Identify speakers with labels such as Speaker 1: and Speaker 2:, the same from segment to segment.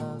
Speaker 1: 嗯，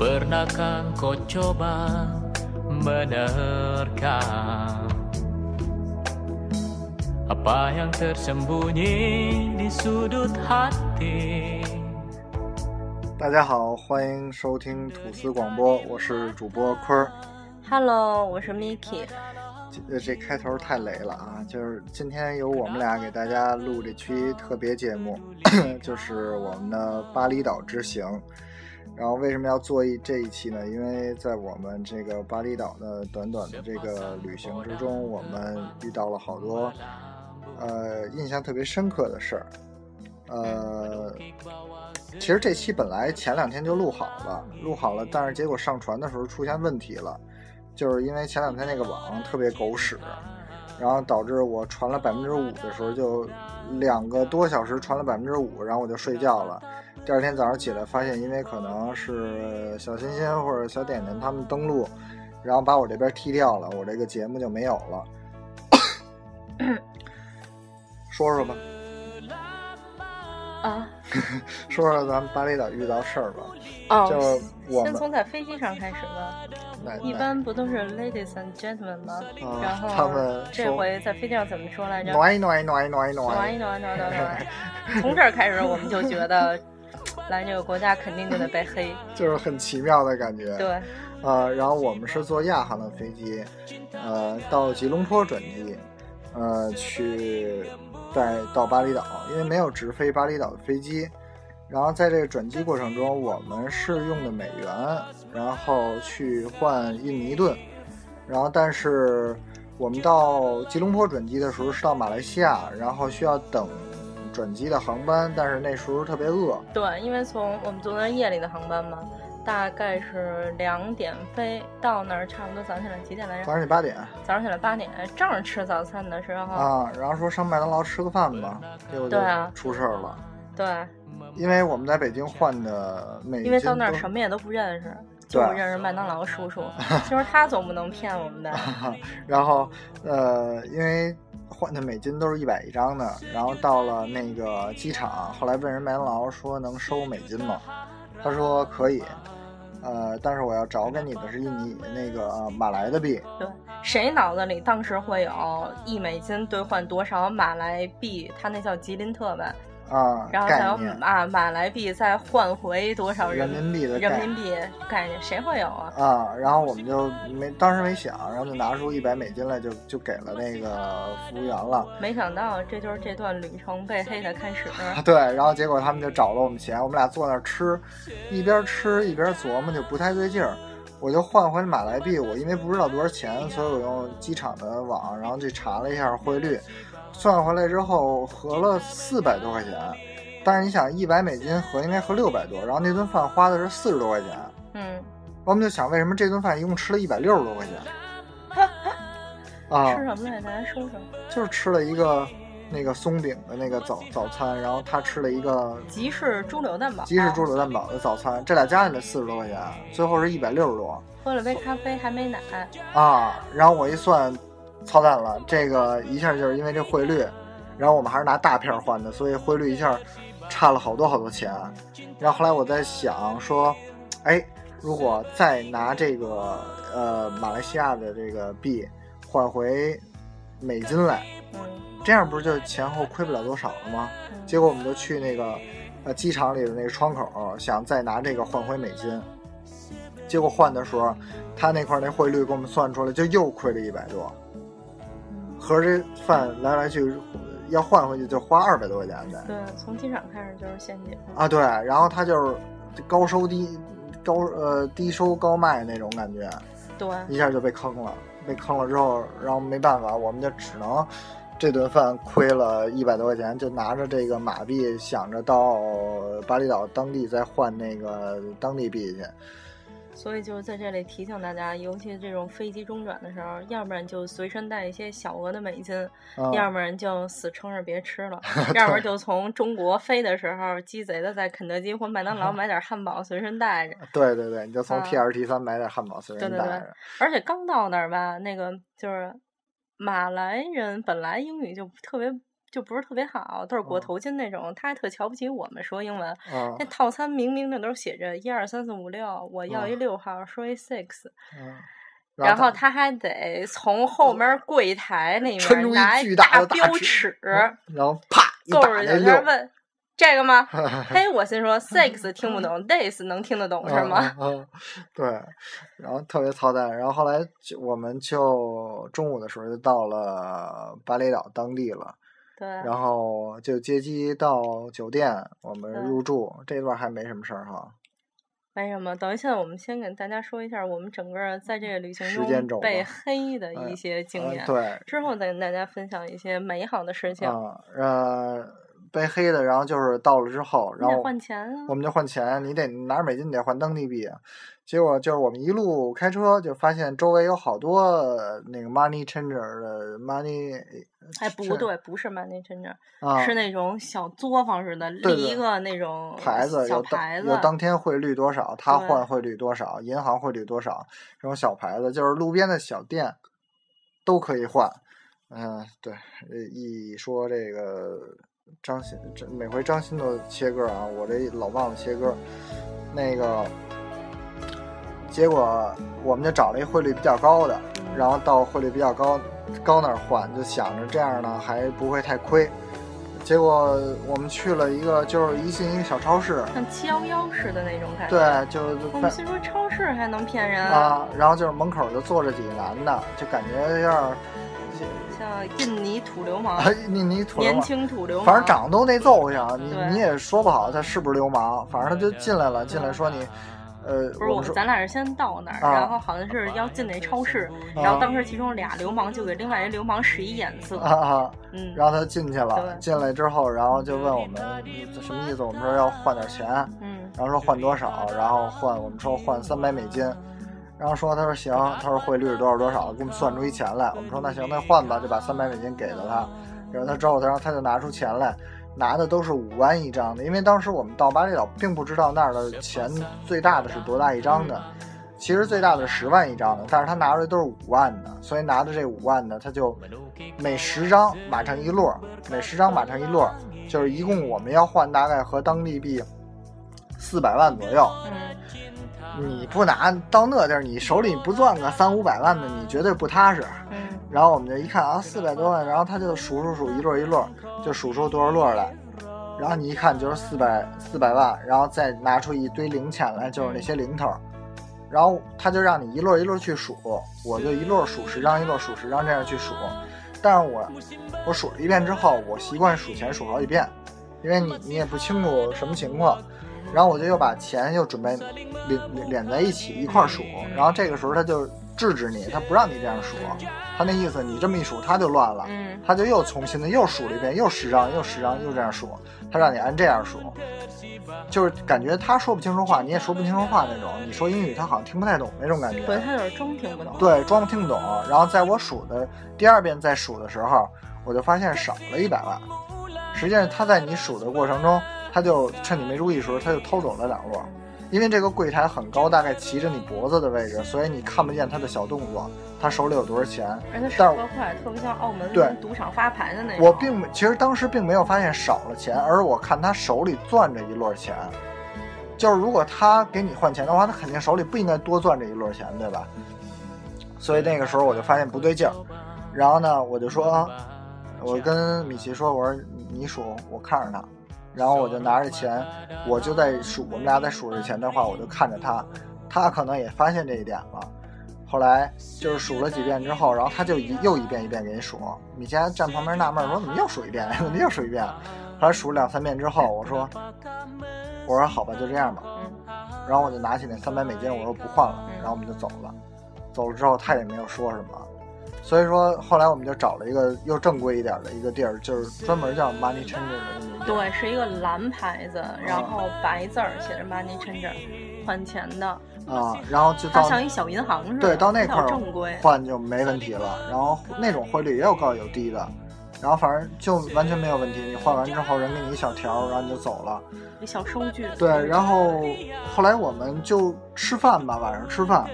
Speaker 2: Pernahkah kau coba menerkam apa yang tersembunyi di sudut hati?
Speaker 1: 大家好，欢迎收听吐司广播，我是主播坤儿。
Speaker 3: Hello，我是 Miki。
Speaker 1: 这呃这开头太雷了啊！就是今天由我们俩给大家录这期特别节目， 就是我们的巴厘岛之行。然后为什么要做一这一期呢？因为在我们这个巴厘岛的短短的这个旅行之中，我们遇到了好多呃印象特别深刻的事儿。呃，其实这期本来前两天就录好了，录好了，但是结果上传的时候出现问题了。就是因为前两天那个网特别狗屎，然后导致我传了百分之五的时候就两个多小时传了百分之五，然后我就睡觉了。第二天早上起来发现，因为可能是小欣欣或者小点点他们登录，然后把我这边踢掉了，我这个节目就没有了。说说吧，
Speaker 3: 啊，
Speaker 1: 说说咱们巴厘岛遇到事儿吧。
Speaker 3: 哦，
Speaker 1: 就是我
Speaker 3: 先
Speaker 1: 们
Speaker 3: 从在飞机上开始吧。
Speaker 1: 奶
Speaker 3: 一
Speaker 1: 奶
Speaker 3: 般不都是 ladies and gentlemen 吗？
Speaker 1: 啊
Speaker 3: 然后
Speaker 1: 他们
Speaker 3: 这
Speaker 1: 说
Speaker 3: 回在飞机上怎么说来着？
Speaker 1: 暖一暖一暖一暖一
Speaker 3: 暖
Speaker 1: 暖
Speaker 3: 一
Speaker 1: 一，
Speaker 3: 暖暖暖暖。 从这儿开始，我们就觉得来这个国家肯定就得被黑。
Speaker 1: 就是很奇妙的感觉。
Speaker 3: 对，
Speaker 1: 呃，然后我们是坐亚航的飞机，呃，到吉隆坡转机，呃，去再到巴厘岛，因为没有直飞巴厘岛的飞机。然后在这个转机过程中，我们是用的美元，然后去换印尼盾，然后但是我们到吉隆坡转机的时候是到马来西亚，然后需要等转机的航班，但是那时候特别饿，
Speaker 3: 对，因为从我们坐的是夜里的航班嘛，大概是两点飞到那儿，差不多早上起来几点来
Speaker 1: 早
Speaker 3: 着？
Speaker 1: 上得八点。
Speaker 3: 早上起来八点，正是吃早餐的时候。
Speaker 1: 啊，然后说上麦当劳吃个饭吧，结果就
Speaker 3: 对啊
Speaker 1: 出事儿了。
Speaker 3: 对，
Speaker 1: 因为我们在北京换的美金都，
Speaker 3: 因为到那儿什么也都不认识，就
Speaker 1: 对啊
Speaker 3: 不认识麦当劳 叔叔。其实他总不能骗我们吧？
Speaker 1: 然后呃，因为换的美金都是一百一张的，然后到了那个机场，后来问人麦当劳说能收美金吗？他说可以，呃，但是我要找给你的是印尼那个呃马来的币，
Speaker 3: 对，谁脑子里当时会有一美金兑换多少马来币？他那叫吉林特吧？
Speaker 1: 啊、
Speaker 3: 然后再
Speaker 1: 概
Speaker 3: 有
Speaker 1: 念
Speaker 3: 啊马来币再换回多少
Speaker 1: 人
Speaker 3: 人
Speaker 1: 民币的概
Speaker 3: 人
Speaker 1: 念
Speaker 3: 民币概念？谁会有啊？
Speaker 1: 啊，然后我们就没当时没想，然后就拿出一百美金来就就给了那个服务员了。
Speaker 3: 没想到这就是这段旅程被黑 的开始。
Speaker 1: 啊，对，然后结果他们就找了我们钱，我们俩坐那儿吃，一边吃一边琢磨，就不太对劲儿。我就换回马来币，我因为不知道多少钱，所以我用机场的网，然后去查了一下汇率，算回来之后合了四百多块钱。但是你想，一百美金合应该合六百多，然后那顿饭花的是四十多块钱，
Speaker 3: 嗯，
Speaker 1: 我们就想为什么这顿饭一共吃了一百六十多块钱？啊，
Speaker 3: 吃什么来着？咱说说。
Speaker 1: 就是吃了一个那个松饼的那个早早餐，然后他吃了一个
Speaker 3: 集市猪柳蛋堡，啊
Speaker 1: 鸡是猪柳蛋堡的早餐，这俩加起来四十多块钱，最后是一百六十多
Speaker 3: 喝了杯咖啡还没奶，
Speaker 1: 啊。然后我一算，操蛋了，这个一下就是因为这汇率，然后我们还是拿大片儿换的，所以汇率一下差了好多好多钱。然后后来我在想说，哎，如果再拿这个呃马来西亚的这个币换回美金来，
Speaker 3: 嗯
Speaker 1: 这样不是就前后亏不了多少了吗？
Speaker 3: 嗯
Speaker 1: 结果我们就去那个呃机场里的那个窗口，想再拿这个换回美金。结果换的时候，他那块儿那汇率给我们算出来，就又亏了一百多。合着这饭来来去要换回去就花二百多块钱呗。
Speaker 3: 对，从机场开始就是陷阱。
Speaker 1: 啊，对，然后他就是高收低高呃低收高卖那种感觉，
Speaker 3: 对，
Speaker 1: 一下就被坑了。被坑了之后，然后没办法，我们就只能这顿饭亏了一百多块钱，就拿着这个马币，想着到巴厘岛当地再换那个当地币去。
Speaker 3: 所以就是在这里提醒大家，尤其这种飞机中转的时候，要不然就随身带一些小额的美金，
Speaker 1: 嗯、
Speaker 3: 要不然就死撑着别吃了，要不然就从中国飞的时候鸡贼的在肯德基或麦当劳买点汉堡随身带着。
Speaker 1: 对对对，你就从
Speaker 3: 啊
Speaker 1: T 二 T 三买点汉堡随身
Speaker 3: 对
Speaker 1: 带
Speaker 3: 对
Speaker 1: 着。
Speaker 3: 对而且刚到那儿吧，那个就是马来人本来英语就特别就不是特别好，都是
Speaker 1: 嗯
Speaker 3: 裹头巾那种，他还特瞧不起我们说英文。
Speaker 1: 嗯
Speaker 3: 那套餐明明那都是写着一二三四五六，我要一
Speaker 1: 嗯
Speaker 3: 六号，说一 six，
Speaker 1: 嗯，
Speaker 3: 然后
Speaker 1: 他
Speaker 3: 他还得从后面柜台那
Speaker 1: 抻
Speaker 3: 面
Speaker 1: 出一
Speaker 3: 拿
Speaker 1: 巨
Speaker 3: 一
Speaker 1: 大的大
Speaker 3: 标
Speaker 1: 尺嗯
Speaker 3: 尺，
Speaker 1: 然后啪一
Speaker 3: 够
Speaker 1: 打
Speaker 3: 着
Speaker 1: 那
Speaker 3: 小天儿
Speaker 1: 六。
Speaker 3: 问这 个吗？嘿，我心说 six 听不懂，this 能听得懂 是吗？
Speaker 1: 嗯嗯嗯对，然后特别操蛋。然后后来就我们就中午的时候就到了巴厘岛当地了，
Speaker 3: 对，
Speaker 1: 然后就接机到酒店，我们
Speaker 3: 对
Speaker 1: 入住。这段还没什么事儿哈。
Speaker 3: 没什么。等一下，我们先给大家说一下我们整个在这个旅行
Speaker 1: 时间轴
Speaker 3: 中被
Speaker 1: 吧
Speaker 3: 黑的
Speaker 1: 哎
Speaker 3: 一些经
Speaker 1: 嗯
Speaker 3: 验，
Speaker 1: 对，
Speaker 3: 之后再跟大家分享一些美好的事情。
Speaker 1: 啊、呃，被黑的，然后就是到了之后，
Speaker 3: 你
Speaker 1: 然
Speaker 3: 得
Speaker 1: 后
Speaker 3: 换钱啊
Speaker 1: 我！们就换钱，你得拿着美金，你得换当地币。结果就是我们一路开车，就发现周围有好多呃那个 money changer 的 money，
Speaker 3: 哎，
Speaker 1: 是
Speaker 3: 不对，不是 money changer，
Speaker 1: 啊，
Speaker 3: 是那种小作坊似的，
Speaker 1: 对
Speaker 3: 立一
Speaker 1: 对
Speaker 3: 个那种
Speaker 1: 牌子
Speaker 3: 小
Speaker 1: 有当
Speaker 3: 牌子
Speaker 1: 有，当天汇率多少，他
Speaker 3: 对
Speaker 1: 换汇率多少，银行汇率多少，这种小牌子就是路边的小店都可以换。嗯、对，呃一说这个张鑫，这每回张鑫都切歌啊，我这老忘了切歌。那个，结果我们就找了一汇率比较高的，然后到汇率比较高高那儿换，就想着这样呢还不会太亏。结果我们去了一个就是一进一个小超市，
Speaker 3: 像七幺幺似的那种感觉。
Speaker 1: 对，就就
Speaker 3: 我们
Speaker 1: 办
Speaker 3: 虽说超市还能骗人，
Speaker 1: 啊，然后就是门口就坐着几个男的，就感觉有点儿
Speaker 3: 像印尼土流氓
Speaker 1: 啊，，你你土流
Speaker 3: 年
Speaker 1: 氓，
Speaker 3: 轻土流氓，
Speaker 1: 反正长得都那揍样，你
Speaker 3: 对
Speaker 1: 你也说不好他是不是流氓，反正他就进来了，进来说你，呃，
Speaker 3: 不是我
Speaker 1: 们
Speaker 3: 们，
Speaker 1: 说
Speaker 3: 咱俩是先到那儿，
Speaker 1: 啊
Speaker 3: 然后好像是要进那超市，然后当时其中俩流氓就给另外一流氓使一眼色，
Speaker 1: 啊啊，
Speaker 3: 嗯，
Speaker 1: 然后他进去了，
Speaker 3: 对
Speaker 1: 进来之后，然后就问我们这什么意思，我们说要换点钱，
Speaker 3: 嗯，
Speaker 1: 然后说换多少，然后换我们说换三百美金，然后说他说行，他说汇率是多少多少，给我们算出一钱来。我们说那行，那换吧，就把三百美金给了他。给了他之后，他然后他就拿出钱来，拿的都是五万一张的，因为当时我们到巴厘岛并不知道那儿的钱最大的是多大一张的，其实最大的是十万一张的，但是他拿出来都是五万的，所以拿着这五万的他就。每十张码成一摞儿，每十张码成一摞儿，就是一共我们要换大概和当地币四百万左右。
Speaker 3: 嗯，
Speaker 1: 你不拿到那地儿，你手里不攥个三五百万的，你绝对不踏实。
Speaker 3: 嗯，
Speaker 1: 然后我们就一看啊，四百多万，然后他就数数数一摞一摞，就数出多少摞来。然后你一看就是四百四百万，然后再拿出一堆零钱来，就是那些零头。然后他就让你一摞一摞去数，我就一摞数十张，一摞数十张这样去数。但是我我数了一遍之后，我习惯数钱数好几遍，因为你你也不清楚什么情况。然后我就又把钱又准备敛敛敛在一起一块儿数，然后这个时候他就制止你，他不让你这样数，他那意思你这么一数他就乱了，
Speaker 3: 嗯
Speaker 1: 他就又重新的又数了一遍，又十张又十张又这样数，他让你按这样数，就是感觉他说不清楚话，你也说不清楚话那种，你说英语他好像听不太懂那种感觉。
Speaker 3: 对，他就是装听不懂，
Speaker 1: 对，装听不懂。然后在我数的第二遍再数的时候，我就发现少了一百万。实际上他在你数的过程中，他就趁你没注意的时候，他就偷走了两摞。因为这个柜台很高，大概齐着你脖子的位置，所以你看不见他的小动作，他手里有多少钱。
Speaker 3: 而且
Speaker 1: 但
Speaker 3: 手
Speaker 1: 是
Speaker 3: 特快，特别像澳门
Speaker 1: 对
Speaker 3: 赌场发牌的那种。
Speaker 1: 我并没，其实当时并没有发现少了钱，而是我看他手里攥着一摞钱，就是如果他给你换钱的话，他肯定手里不应该多攥着一摞钱，对吧？所以那个时候我就发现不对劲儿，然后呢，我就说，我跟米奇说，我说你你数，我看着他，然后我就拿着钱，我就在数，我们俩在数着钱的话，我就看着他，他可能也发现这一点了。后来就是数了几遍之后，然后他就一又一遍一遍给你数。米奇还站旁边纳闷儿说：“怎么又数一遍？ 怎么又数一遍？”后来数了两三遍之后，我说：“我说好吧，就这样吧。”然后我就拿起那三百美金，我说不换了，然后我们就走了。走了之后，他也没有说什么。所以说，后来我们就找了一个又正规一点的一个地儿，就是专门叫 Money Changer 的那个地儿。
Speaker 3: 对，是一个蓝牌子，然后白字儿写着 money changer，换钱的，
Speaker 1: 啊，然后就
Speaker 3: 它
Speaker 1: 到
Speaker 3: 像一小银行似的。
Speaker 1: 对，到那
Speaker 3: 比较
Speaker 1: 块儿
Speaker 3: 正规。
Speaker 1: 换就没问题了。然后那种汇率也有高有低的，然后反正就完全没有问题。你换完之后，人给你一小条，然后你就走了。
Speaker 3: 一小收据。
Speaker 1: 对，然后后来我们就吃饭吧，晚上吃饭，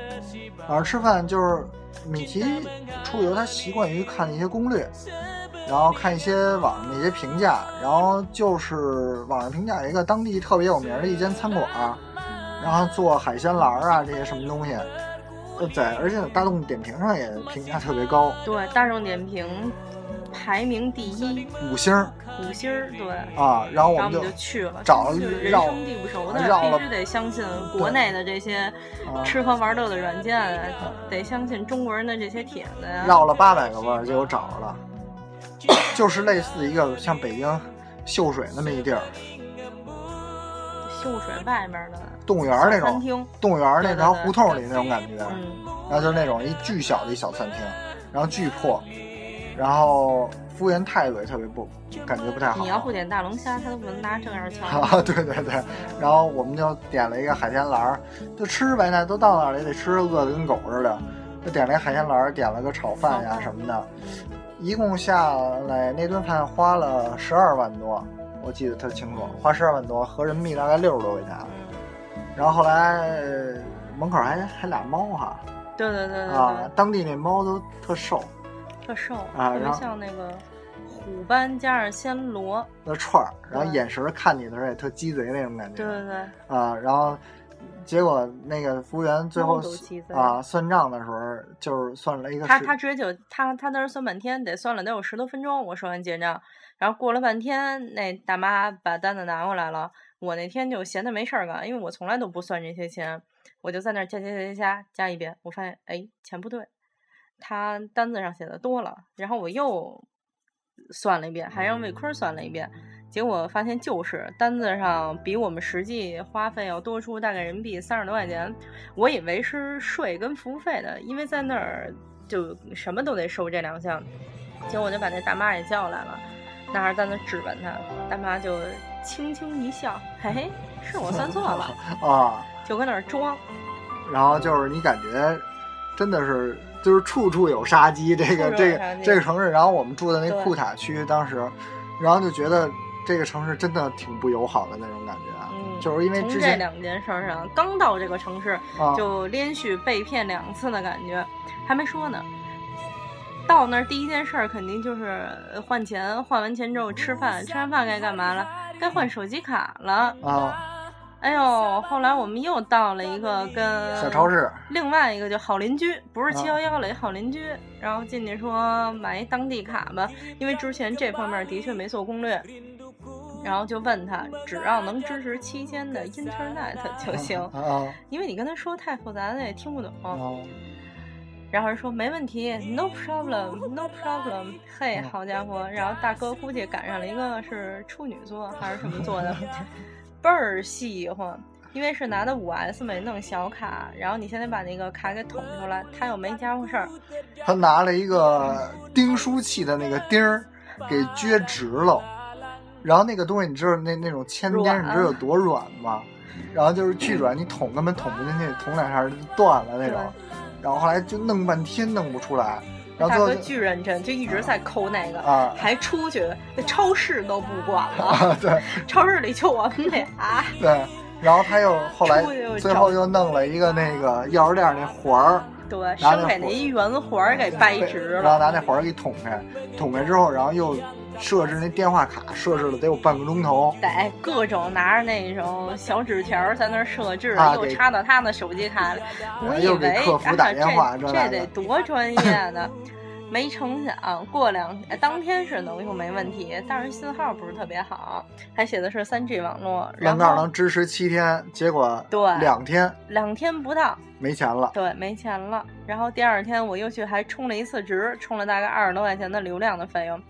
Speaker 1: 晚上吃饭就是米奇出游，他习惯于看一些攻略，然后看一些网上的一些评价，然后就是网上评价一个当地特别有名的一间餐馆儿，然后做海鲜篮儿啊这些什么东西，呃，在而且在大众点评上也评价特别高，
Speaker 3: 对，大众点评排名第一，
Speaker 1: 五星儿
Speaker 3: 五星儿。对，
Speaker 1: 啊，然后我
Speaker 3: 然
Speaker 1: 们
Speaker 3: 后我们
Speaker 1: 就
Speaker 3: 就去了，
Speaker 1: 找
Speaker 3: 真是人
Speaker 1: 绕
Speaker 3: 生地不熟的，
Speaker 1: 绕了
Speaker 3: 必须得相信国内的这些
Speaker 1: 啊
Speaker 3: 吃喝玩乐的软件啊，得相信中国人的这些帖子呀。
Speaker 1: 绕了八百个弯儿，结果找着了，就是类似一个像北京秀水那么一地儿，
Speaker 3: 秀水外面的
Speaker 1: 动物园儿那
Speaker 3: 餐
Speaker 1: 种，
Speaker 3: 厅，
Speaker 1: 动物园儿那条
Speaker 3: 对对对
Speaker 1: 胡同里那种感觉，
Speaker 3: 嗯，
Speaker 1: 然后就是那种一巨小的一小餐厅，然后巨破，然后服务员态度也特别不，感觉不太好。
Speaker 3: 你要不点大龙虾，他都不能拿正 眼瞧。
Speaker 1: 啊，对对对，然后我们就点了一个海鲜篮儿，就吃呗，那都到那儿了也得吃，饿得跟狗似的，就点了一海鲜篮儿，点了个炒饭呀什么的，一共下来那顿饭花了十二万多，我记得特清楚，花十二万多，合人民币大概六十多块钱。
Speaker 3: 嗯
Speaker 1: 然后后来呃门口还还俩猫哈
Speaker 3: 对对对对
Speaker 1: 啊
Speaker 3: 对，，
Speaker 1: 当地那猫都特瘦，
Speaker 3: 特瘦，
Speaker 1: 啊
Speaker 3: 特
Speaker 1: 然
Speaker 3: 别
Speaker 1: 后
Speaker 3: 像那个虎斑加上暹罗。
Speaker 1: 那串儿，然后
Speaker 3: 对
Speaker 1: 眼神儿看你的时候也特鸡贼那种感觉。
Speaker 3: 对对对，
Speaker 1: 啊，然后结果那个服务员最后
Speaker 3: 猫都鸡贼
Speaker 1: 啊算账的时候，就是算了一个
Speaker 3: 他
Speaker 1: 十
Speaker 3: 他直接就他他在那儿算半天，得算了得有十多分钟。我说完结账，然后过了半天，那大妈把单子拿过来了。我那天就闲的没事儿干，因为我从来都不算这些钱，我就在那儿加加加加加加一遍，我发现哎钱不对，他单子上写的多了，然后我又算了一遍，还让魏坤儿算了一遍，结果发现就是单子上比我们实际花费要多出大概人民币三十多块钱，我以为是税跟服务费的，因为在那儿就什么都得收这两项，结果我就把那大妈也叫来了，拿着单子质问她，大妈就轻轻一笑，嘿嘿，是我算 错了，
Speaker 1: 啊，
Speaker 3: 就跟那儿装。
Speaker 1: 然后就是你感觉真的是就是处处有杀机，这个
Speaker 3: 处处有
Speaker 1: 这
Speaker 3: 杀
Speaker 1: 个
Speaker 3: 机
Speaker 1: 这个城市。然后我们住的那
Speaker 3: 对
Speaker 1: 库塔区，当时，然后就觉得这个城市真的挺不友好的那种感觉啊，
Speaker 3: 嗯
Speaker 1: 就是因为
Speaker 3: 从
Speaker 1: 之
Speaker 3: 这
Speaker 1: 前
Speaker 3: 两件事儿上，刚到这个城市
Speaker 1: 啊
Speaker 3: 就连续被骗两次的感觉，还没说呢。到那儿第一件事儿肯定就是呃换钱，换完钱之后吃饭，吃完饭该干嘛了？该换手机卡了。
Speaker 1: 啊
Speaker 3: 哎呦，后来我们又到了一个跟
Speaker 1: 小超市
Speaker 3: 另外一个就好邻居，不是
Speaker 1: 啊
Speaker 3: 七幺幺了，也好邻居。然后进去说买一当地卡吧，因为之前这方面的确没做攻略。然后就问他，只要能支持期间的 Internet 就行，
Speaker 1: 啊
Speaker 3: 因为你跟他说太复杂，他也听不懂。
Speaker 1: 啊啊
Speaker 3: 然后说没问题，no problem，no problem。嘿，
Speaker 1: 嗯
Speaker 3: 好家伙！然后大哥估计赶上了一个是处女座还是什么座的，倍儿喜欢，因为是拿的五 S 没弄小卡，然后你现在把那个卡给捅出来，他又没家伙事儿，
Speaker 1: 他拿了一个钉书器的那个钉儿给撅直了，然后那个东西你知道那那种铅钉儿
Speaker 3: 软
Speaker 1: 你知道有多软吗？然后就是巨软，你捅根本捅不进去，捅两下就断了那种。然后后来就弄半天弄不出来，然
Speaker 3: 大
Speaker 1: 后
Speaker 3: 哥
Speaker 1: 最后
Speaker 3: 巨认真，就一直在抠那个，
Speaker 1: 啊
Speaker 3: 还出去那超市都不管了，
Speaker 1: 啊对
Speaker 3: 超市里就我们俩。
Speaker 1: 对，然后他又后来
Speaker 3: 出去又
Speaker 1: 最
Speaker 3: 找
Speaker 1: 后又弄了一个那个钥匙链儿那环儿，
Speaker 3: 对，
Speaker 1: 拿
Speaker 3: 生
Speaker 1: 那
Speaker 3: 给那
Speaker 1: 火
Speaker 3: 一圆环儿给掰直
Speaker 1: 然后
Speaker 3: 了。
Speaker 1: 拿那环儿给捅开，捅开之后，然后又设置那电话卡，设置了得有半个钟头。
Speaker 3: 得各种拿着那种小纸条儿在那儿设置，
Speaker 1: 啊
Speaker 3: 又
Speaker 1: 给
Speaker 3: 插到他的手机 卡里。我以
Speaker 1: 又
Speaker 3: 为
Speaker 1: 给客服
Speaker 3: 啊
Speaker 1: 打电话这
Speaker 3: 这这
Speaker 1: 那
Speaker 3: 得
Speaker 1: 的
Speaker 3: 多专业呢，没成想过两呃当天是能用没问题，但是信号不是特别好，还写的是三 G 网络，然
Speaker 1: 能告
Speaker 3: 后
Speaker 1: 能支持七天，结果
Speaker 3: 对
Speaker 1: 两天
Speaker 3: 两天不到，
Speaker 1: 没钱了。
Speaker 3: 对，没钱了。然后第二天我又去还充了一次值，充了大概二十多块钱的流量的费用。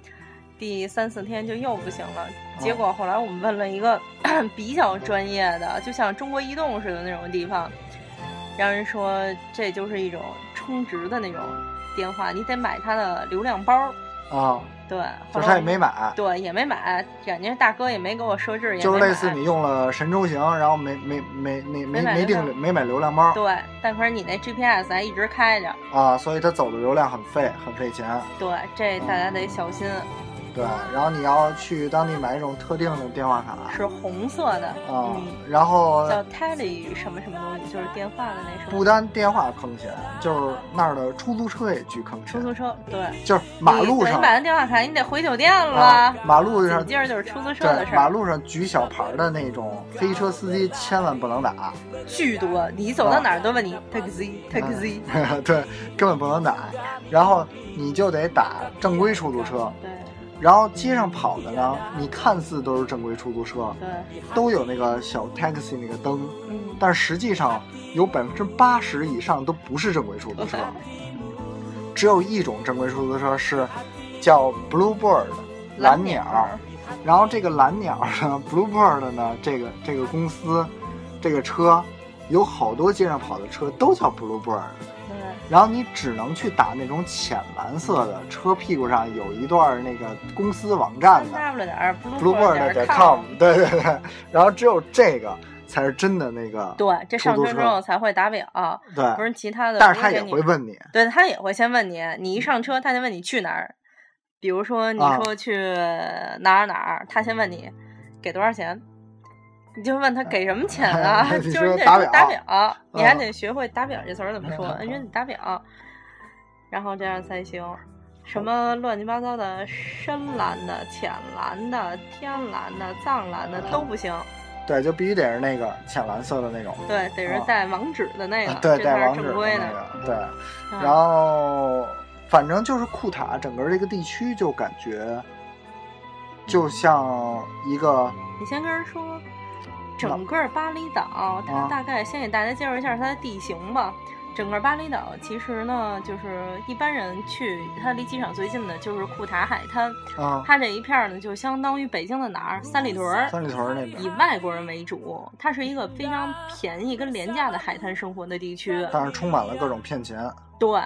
Speaker 3: 第三四天就又不行
Speaker 1: 哦
Speaker 3: 了，结果后来我们问了一个 比较专业的，就像中国移动似的那种地方，让人说这就是一种充值的那种电话，你得买它的流量包儿。
Speaker 1: 啊，
Speaker 3: 对，
Speaker 1: 就
Speaker 3: 后
Speaker 1: 是他
Speaker 3: 来我
Speaker 1: 也
Speaker 3: 们
Speaker 1: 没买，
Speaker 3: 对也没买，感觉大哥也没给我设置，也
Speaker 1: 就是
Speaker 3: 没
Speaker 1: 类似
Speaker 3: 买
Speaker 1: 你用了神州行，然后没没没没
Speaker 3: 没
Speaker 1: 没
Speaker 3: 买
Speaker 1: 没
Speaker 3: 流量
Speaker 1: 定没买流量包
Speaker 3: 对，但可是你那 GPS 还一直开着，
Speaker 1: 啊，所以他走的流量很费，很费钱。
Speaker 3: 对，这大家得小心。
Speaker 1: 对，然后你要去当地买一种特定的电话卡
Speaker 3: 是红色的，
Speaker 1: 啊
Speaker 3: 嗯，，
Speaker 1: 然后
Speaker 3: 叫 Tele 什么什么东西，就是电话的那什
Speaker 1: 不
Speaker 3: 么
Speaker 1: 单电话坑钱，就是那儿的出租车也巨坑
Speaker 3: 出
Speaker 1: 钱，
Speaker 3: 租车，对，
Speaker 1: 就是马路
Speaker 3: 你对
Speaker 1: 上
Speaker 3: 你买完电话卡，你得回酒店了，
Speaker 1: 啊，马路上
Speaker 3: 紧接着就是出租车的
Speaker 1: 对
Speaker 3: 事
Speaker 1: 马
Speaker 3: 儿，
Speaker 1: 路上举小牌儿的那种黑车司机千万不能打，
Speaker 3: 巨多，你走到哪儿都问你 taxi
Speaker 1: 啊嗯
Speaker 3: taxi，
Speaker 1: 对，根本不能打。然后你就得打正规出租车，
Speaker 3: 对
Speaker 1: 然后街上跑的呢，你看似都是正规出租车，
Speaker 3: 对，
Speaker 1: 都有那个小 taxi 那个灯，
Speaker 3: 嗯，
Speaker 1: 但实际上有百分之八十以上都不是正规出租车，只有一种正规出租车是叫 Bluebird 蓝鸟儿。然后这个蓝鸟呢，Bluebird 呢，这个这个公司，这个车有好多街上跑的车都叫 Bluebird，
Speaker 3: 对，
Speaker 1: 然后你只能去打那种浅蓝色的，车屁股上有一段那个公司网站的
Speaker 3: w 点儿 bluebird
Speaker 1: Bluebird
Speaker 3: 点
Speaker 1: 点
Speaker 3: 儿
Speaker 1: com，对 对对，然后只有这个才是真的那个
Speaker 3: 对，这上车之后才会打表，
Speaker 1: 对，
Speaker 3: 不是其他的，
Speaker 1: 哎但是
Speaker 3: 不
Speaker 1: 他
Speaker 3: 是
Speaker 1: 也
Speaker 3: 给你
Speaker 1: 会问你，
Speaker 3: 对他也会先问你，你一上车，他先问你去哪儿，比如说你
Speaker 1: 啊
Speaker 3: 说去哪儿哪儿，他先问你给多少钱，你就问他给什么钱啊？
Speaker 1: 哎
Speaker 3: 就是
Speaker 1: 你说
Speaker 3: 你得
Speaker 1: 打
Speaker 3: 说
Speaker 1: 表
Speaker 3: 打表，你还
Speaker 1: 嗯
Speaker 3: 得学会打表这词儿怎么说，人家你打表，然后这样才行。什么乱七八糟的，深蓝的、浅蓝的、天蓝的、藏蓝的都不行，
Speaker 1: 对，就必须得是那个浅蓝色的那种，
Speaker 3: 对，得是
Speaker 1: 哦
Speaker 3: 带网址的那个，
Speaker 1: 对，
Speaker 3: 这
Speaker 1: 带
Speaker 3: 才
Speaker 1: 网
Speaker 3: 是
Speaker 1: 址
Speaker 3: 正
Speaker 1: 的
Speaker 3: 规
Speaker 1: 那
Speaker 3: 的。
Speaker 1: 个，对。
Speaker 3: 嗯
Speaker 1: 然后反正就是库塔整个这个地区就感觉就像一个
Speaker 3: 你先跟人说，整个巴厘岛，它
Speaker 1: 啊
Speaker 3: 大概先给大家介绍一下它的地形吧。整个巴厘岛其实呢，就是一般人去，它离机场最近的就是库塔海滩，
Speaker 1: 啊、
Speaker 3: 它这一片儿呢就相当于北京的哪儿，三里屯儿。
Speaker 1: 三里屯儿那
Speaker 3: 以
Speaker 1: 边，
Speaker 3: 外国人为主，它是一个非常便宜跟廉价的海滩生活的地区。
Speaker 1: 但是充满了各种骗钱。
Speaker 3: 对，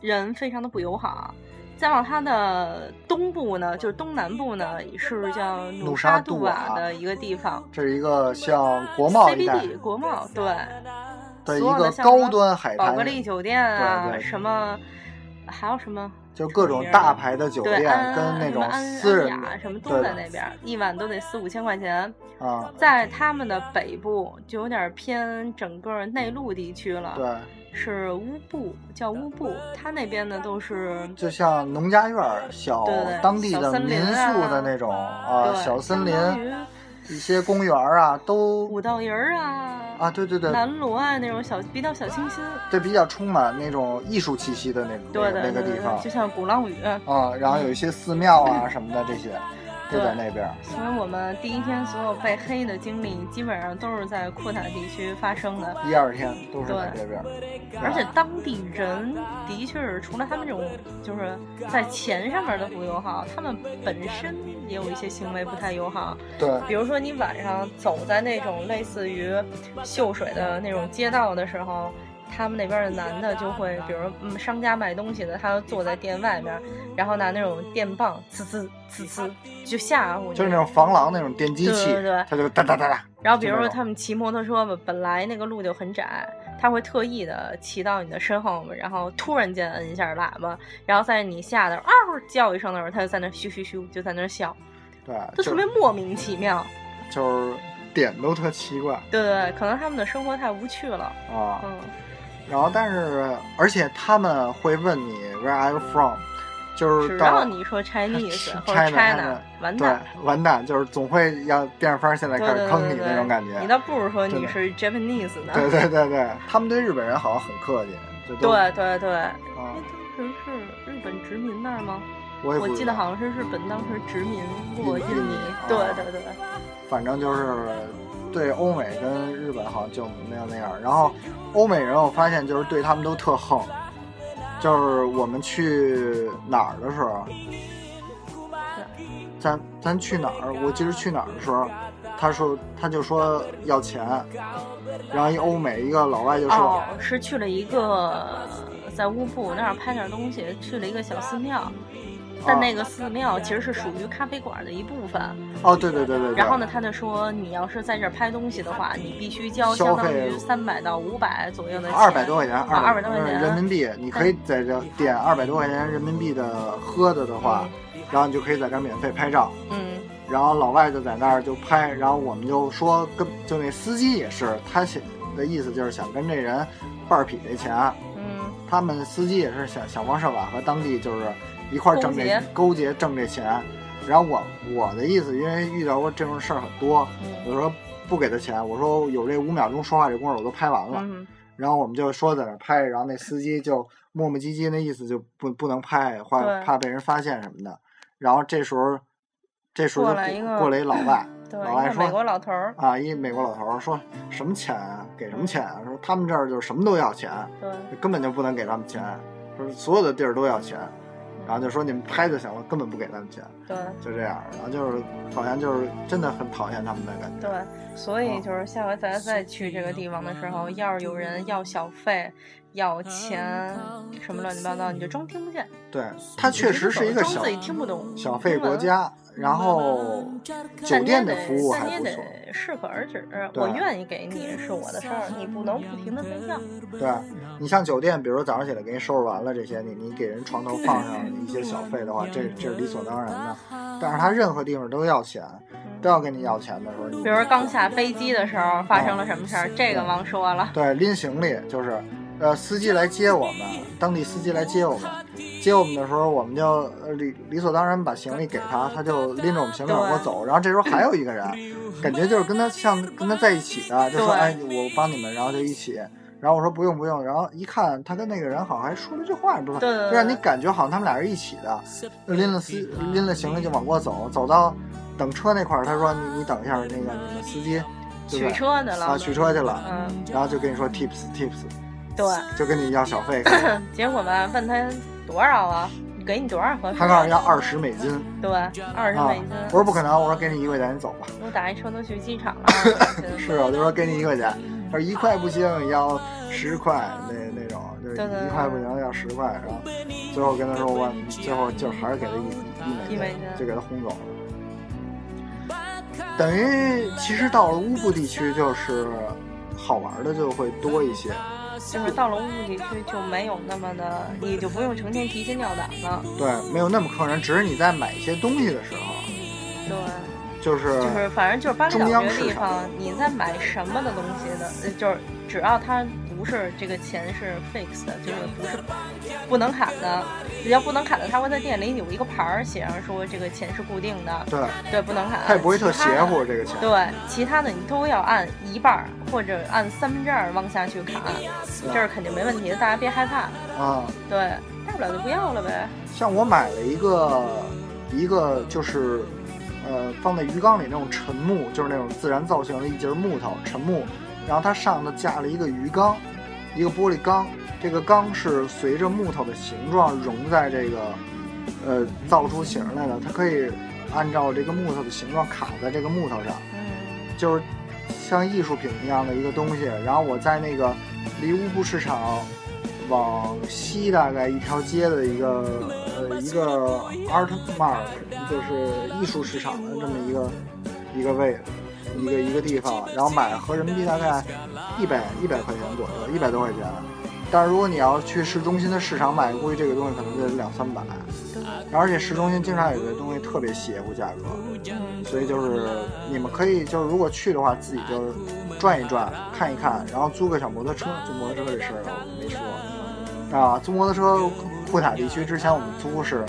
Speaker 3: 人非常的不友好。再往它的东部呢，就是东南部呢，是叫努
Speaker 1: 努
Speaker 3: 沙
Speaker 1: 沙啊
Speaker 3: 杜
Speaker 1: 杜
Speaker 3: 瓦
Speaker 1: 瓦
Speaker 3: 的一个地方。
Speaker 1: 这是一个像国贸一带
Speaker 3: CBD 国贸对
Speaker 1: 的一
Speaker 3: 所有的
Speaker 1: 个
Speaker 3: 像什么
Speaker 1: 高端海
Speaker 3: 宝
Speaker 1: 滩
Speaker 3: 格，丽酒店啊，
Speaker 1: 对对
Speaker 3: 什么还有什么
Speaker 1: 就各种大牌的酒
Speaker 3: 对
Speaker 1: 店
Speaker 3: 安
Speaker 1: 跟那
Speaker 3: 什么
Speaker 1: 种
Speaker 3: 安
Speaker 1: 私
Speaker 3: 安
Speaker 1: 人
Speaker 3: 雅
Speaker 1: 的
Speaker 3: 什么都
Speaker 1: 对
Speaker 3: 在
Speaker 1: 的
Speaker 3: 那边，一晚都得四五千块钱。
Speaker 1: 啊，
Speaker 3: 在他们的北部就有点偏整个内陆地区了，
Speaker 1: 对，
Speaker 3: 是乌布叫乌布，它那边呢都是
Speaker 1: 就像农家院儿、小
Speaker 3: 对对
Speaker 1: 当地
Speaker 3: 小
Speaker 1: 的
Speaker 3: 森林
Speaker 1: 民
Speaker 3: 啊
Speaker 1: 宿的那种啊，
Speaker 3: 对
Speaker 1: 小森
Speaker 3: 相当于
Speaker 1: 林、一些公园儿啊，
Speaker 3: 五
Speaker 1: 都
Speaker 3: 道营儿啊、
Speaker 1: 啊，对对对，
Speaker 3: 南锣啊那种小比较小清新，
Speaker 1: 对，比较充满那种艺术气息的那
Speaker 3: 对
Speaker 1: 那
Speaker 3: 对对
Speaker 1: 个那个
Speaker 3: 对
Speaker 1: 地
Speaker 3: 对，就
Speaker 1: 方
Speaker 3: 像鼓浪屿。
Speaker 1: 啊，然后有一些寺庙啊什么的这些都在
Speaker 3: 对
Speaker 1: 那边儿
Speaker 3: 所以我们第一天所有被黑的经历，基本上都是在库塔地区发生的。
Speaker 1: 一二天都是在
Speaker 3: 对
Speaker 1: 这边儿，对吧
Speaker 3: 而且当地人的确是，除了他们这种就是在钱上面的不友好，他们本身也有一些行为不太友好。
Speaker 1: 对
Speaker 3: 比如说，你晚上走在那种类似于秀水的那种街道的时候，他们那边的男的就会，比如嗯，商家卖东西的，他坐在店外面，然后拿那种电棒呲呲呲呲就吓唬你，
Speaker 1: 就是那种防狼那种电击器
Speaker 3: 对对对，
Speaker 1: 它就哒哒哒哒，
Speaker 3: 然后比如
Speaker 1: 就
Speaker 3: 说
Speaker 1: 那种
Speaker 3: 他们骑摩托车吧，本来那个路就很窄，他会特意的骑到你的身后嘛，然后突然间摁一下喇叭，然后在你吓得嗷叫一声的时候，他就在那咻咻咻就在那笑，
Speaker 1: 对，
Speaker 3: 就
Speaker 1: 就
Speaker 3: 特别莫名其妙。
Speaker 1: 就是点都特奇怪
Speaker 3: 对对对，可能他们的生活太无趣了。
Speaker 1: 啊。
Speaker 3: 嗯，
Speaker 1: 然后，但是而且他们会问你 Where are you from？就
Speaker 3: 只
Speaker 1: 是
Speaker 3: 让
Speaker 1: 到
Speaker 3: 你说 Chinese 或者
Speaker 1: China，
Speaker 3: China，完
Speaker 1: 对
Speaker 3: 蛋。
Speaker 1: 完蛋，就是总会要变着法儿现在
Speaker 3: 对
Speaker 1: 开
Speaker 3: 对
Speaker 1: 始坑
Speaker 3: 对
Speaker 1: 你那种
Speaker 3: 对
Speaker 1: 感觉
Speaker 3: 对，。你倒不如说
Speaker 1: 真
Speaker 3: 你
Speaker 1: 的
Speaker 3: 是 Japanese 呢。
Speaker 1: 对对对对，他们对日本人好像很客气，就都
Speaker 3: 对对哎对，
Speaker 1: 啊
Speaker 3: 因为，当时是日本殖民那儿吗？
Speaker 1: 我也
Speaker 3: 我
Speaker 1: 不
Speaker 3: 记
Speaker 1: 知
Speaker 3: 得
Speaker 1: 道
Speaker 3: 好像是日本当时殖民过
Speaker 1: 印
Speaker 3: 印
Speaker 1: 尼
Speaker 3: 尼
Speaker 1: 啊。
Speaker 3: 对对对，
Speaker 1: 反正就是对欧美跟日本好像就没有那样。然后欧美人我发现就是对他们都特横，就是我们去哪儿的时候，咱咱去哪儿？我记得去哪儿的时候，他说他就说要钱，然后一欧美一个老外就说、
Speaker 3: 哦，是去了一个在乌布那儿拍点东西，去了一个小寺庙。但
Speaker 1: 啊
Speaker 3: 那个寺庙其实是属于咖啡馆的一部分。
Speaker 1: 哦对对对对对，
Speaker 3: 然后呢，他就说，你要是在这儿拍东西的话，你必须交
Speaker 1: 消
Speaker 3: 相
Speaker 1: 费
Speaker 3: 当于三百到五百左右的钱，
Speaker 1: 二百多块钱，
Speaker 3: 啊，二百多块钱啊
Speaker 1: 人民币，你可以在这点二百多块钱人民币的喝的的话，然后你就可以在这儿免费拍照。
Speaker 3: 嗯，
Speaker 1: 然后老外就在那儿就拍，然后我们就说跟就那司机也是，他想的意思就是想跟这人半匹这钱，啊
Speaker 3: 嗯，
Speaker 1: 他们司机也是想想方设法和当地就是一块儿挣这勾结挣这钱。然后我我的意思，因为遇到过这种事儿很多，
Speaker 3: 嗯
Speaker 1: 我说不给他钱，我说有这五秒钟说话这功夫我都拍完了。
Speaker 3: 嗯，
Speaker 1: 然后我们就说在那儿拍，然后那司机就磨磨唧唧，那意思就不不能拍，怕
Speaker 3: 对
Speaker 1: 怕被人发现什么的。然后这时候，这时候
Speaker 3: 过
Speaker 1: 就
Speaker 3: 来一个
Speaker 1: 过来一老外
Speaker 3: 对，
Speaker 1: 老外
Speaker 3: 一个
Speaker 1: 说
Speaker 3: 美国老头儿，
Speaker 1: 啊，一美国老头儿说什么钱啊，给什么钱啊？说他们这儿就是什么都要钱，
Speaker 3: 对，
Speaker 1: 根本就不能给他们钱，说所有的地儿都要钱，然后就说你们拍就行了，根本不给他们钱，
Speaker 3: 对。
Speaker 1: 就这样。然后就是好像就是真的很讨厌他们的感觉。
Speaker 3: 对，所以
Speaker 1: 哦
Speaker 3: 就是下回咱再去这个地方的时候，要是有人要小费、要钱什么乱七八糟，你就装听不见，
Speaker 1: 对，他嗯确实是一个
Speaker 3: 装
Speaker 1: 小
Speaker 3: 自己听不懂
Speaker 1: 小费
Speaker 3: 中文
Speaker 1: 国家，然后酒
Speaker 3: 但你也
Speaker 1: 店的
Speaker 3: 得
Speaker 1: 服务
Speaker 3: 但
Speaker 1: 还
Speaker 3: 你也
Speaker 1: 不错，
Speaker 3: 得适可而止。
Speaker 1: 对
Speaker 3: 我愿意给你是我的事儿，你不能不停的分享。
Speaker 1: 对。你像酒店，比如说早上起来给你收拾完了这些，你你给人床头放上一些小费的话，这这是理所当然的。但是他任何地方都要钱，都要跟你要钱的时候，你
Speaker 3: 比如刚下飞机的时候发生了什么
Speaker 1: 哦
Speaker 3: 事儿，这个忘说了。
Speaker 1: 对拎行李就是，呃，司机来接我们，当地司机来接我们，接我们的时候，我们就呃理理所当然把行李给他，他就拎着我们行李往过走。然后这时候还有一个人，感觉就是跟他像跟他在一起的，就说
Speaker 3: 对
Speaker 1: 哎我帮你们，然后就一起。然后我说不用不用，然后一看他跟那个人好像还说了句话，不是，
Speaker 3: 对对对
Speaker 1: 就让你感觉好像他们俩是一起的，就拎了司拎了行李就往过走，走到等车那块儿，他说你你等一下，那个你们司机对不
Speaker 3: 取
Speaker 1: 对
Speaker 3: 车去了，
Speaker 1: 啊取车去了，
Speaker 3: 嗯，
Speaker 1: 然后就跟你说 tips tips，
Speaker 3: 对。
Speaker 1: 就跟你要小 费，
Speaker 3: 结果吧，问他多少啊？给你多少合适？啊
Speaker 1: 他告诉你要二十美金
Speaker 3: 对，二十
Speaker 1: 啊
Speaker 3: 美金。！
Speaker 1: 我说不可能，我说给你一块钱，你走吧。
Speaker 3: 我打一车都去机场 了，20美金
Speaker 1: 是啊，我就说给你一块钱，他说一块不行，要十块那那种，就是
Speaker 3: 对对对
Speaker 1: 一块不行要十块，然后最后跟他说我最后就还是给他一
Speaker 3: 一
Speaker 1: 美
Speaker 3: 美
Speaker 1: 金就
Speaker 3: 金，
Speaker 1: 给他轰走了。等于其实到了乌布地区就是好玩的就会多一些，
Speaker 3: 就是到了乌布地区就没有那么的，你就不用成天提心吊胆了。
Speaker 1: 对，没有那么坑人，只是你在买一些东西的时候，
Speaker 3: 对，
Speaker 1: 就是
Speaker 3: 就是反正就是巴厘岛
Speaker 1: 嗯中央
Speaker 3: 这个
Speaker 1: 市
Speaker 3: 地
Speaker 1: 场
Speaker 3: 方，你在买什么的东西呢？呃就是只要它不是这个钱是 fixed 的，就是不是不能砍的，只要不能砍的，它会在店里有一个牌儿写上说这个钱是固定的，
Speaker 1: 对，
Speaker 3: 对，不能砍。
Speaker 1: 他也不会特
Speaker 3: 其他的
Speaker 1: 邪乎这个钱。
Speaker 3: 对，其他的你都要按一半儿或者按三分之二往下去砍，这是肯定没问题的，大家别害怕。
Speaker 1: 啊、
Speaker 3: 对，大不了就不要了呗。
Speaker 1: 像我买了一个一个就是呃放在鱼缸里那种沉木，就是那种自然造型的一节木头沉木，然后它上头架了一个鱼缸，一个玻璃缸，这个缸是随着木头的形状融在这个呃造出形来的，它可以按照这个木头的形状卡在这个木头上。
Speaker 3: 嗯，
Speaker 1: 就是像艺术品一样的一个东西。然后我在那个离乌布市场往西大概一条街的一个呃一个 art mark，就是艺术市场的这么一个一个位一个一个地方，然后买合人民币大概一百一百块钱左右，一百多块钱。但是如果你要去市中心的市场买，估计这个东西可能就得两三百。
Speaker 3: 对，
Speaker 1: 然后而且市中心经常有些东西特别邪乎价格，所以就是你们可以就是如果去的话，自己就转一转看一看，然后租个小摩托车。租摩托车这事儿我没说啊，租摩托车库塔地区之前我们租是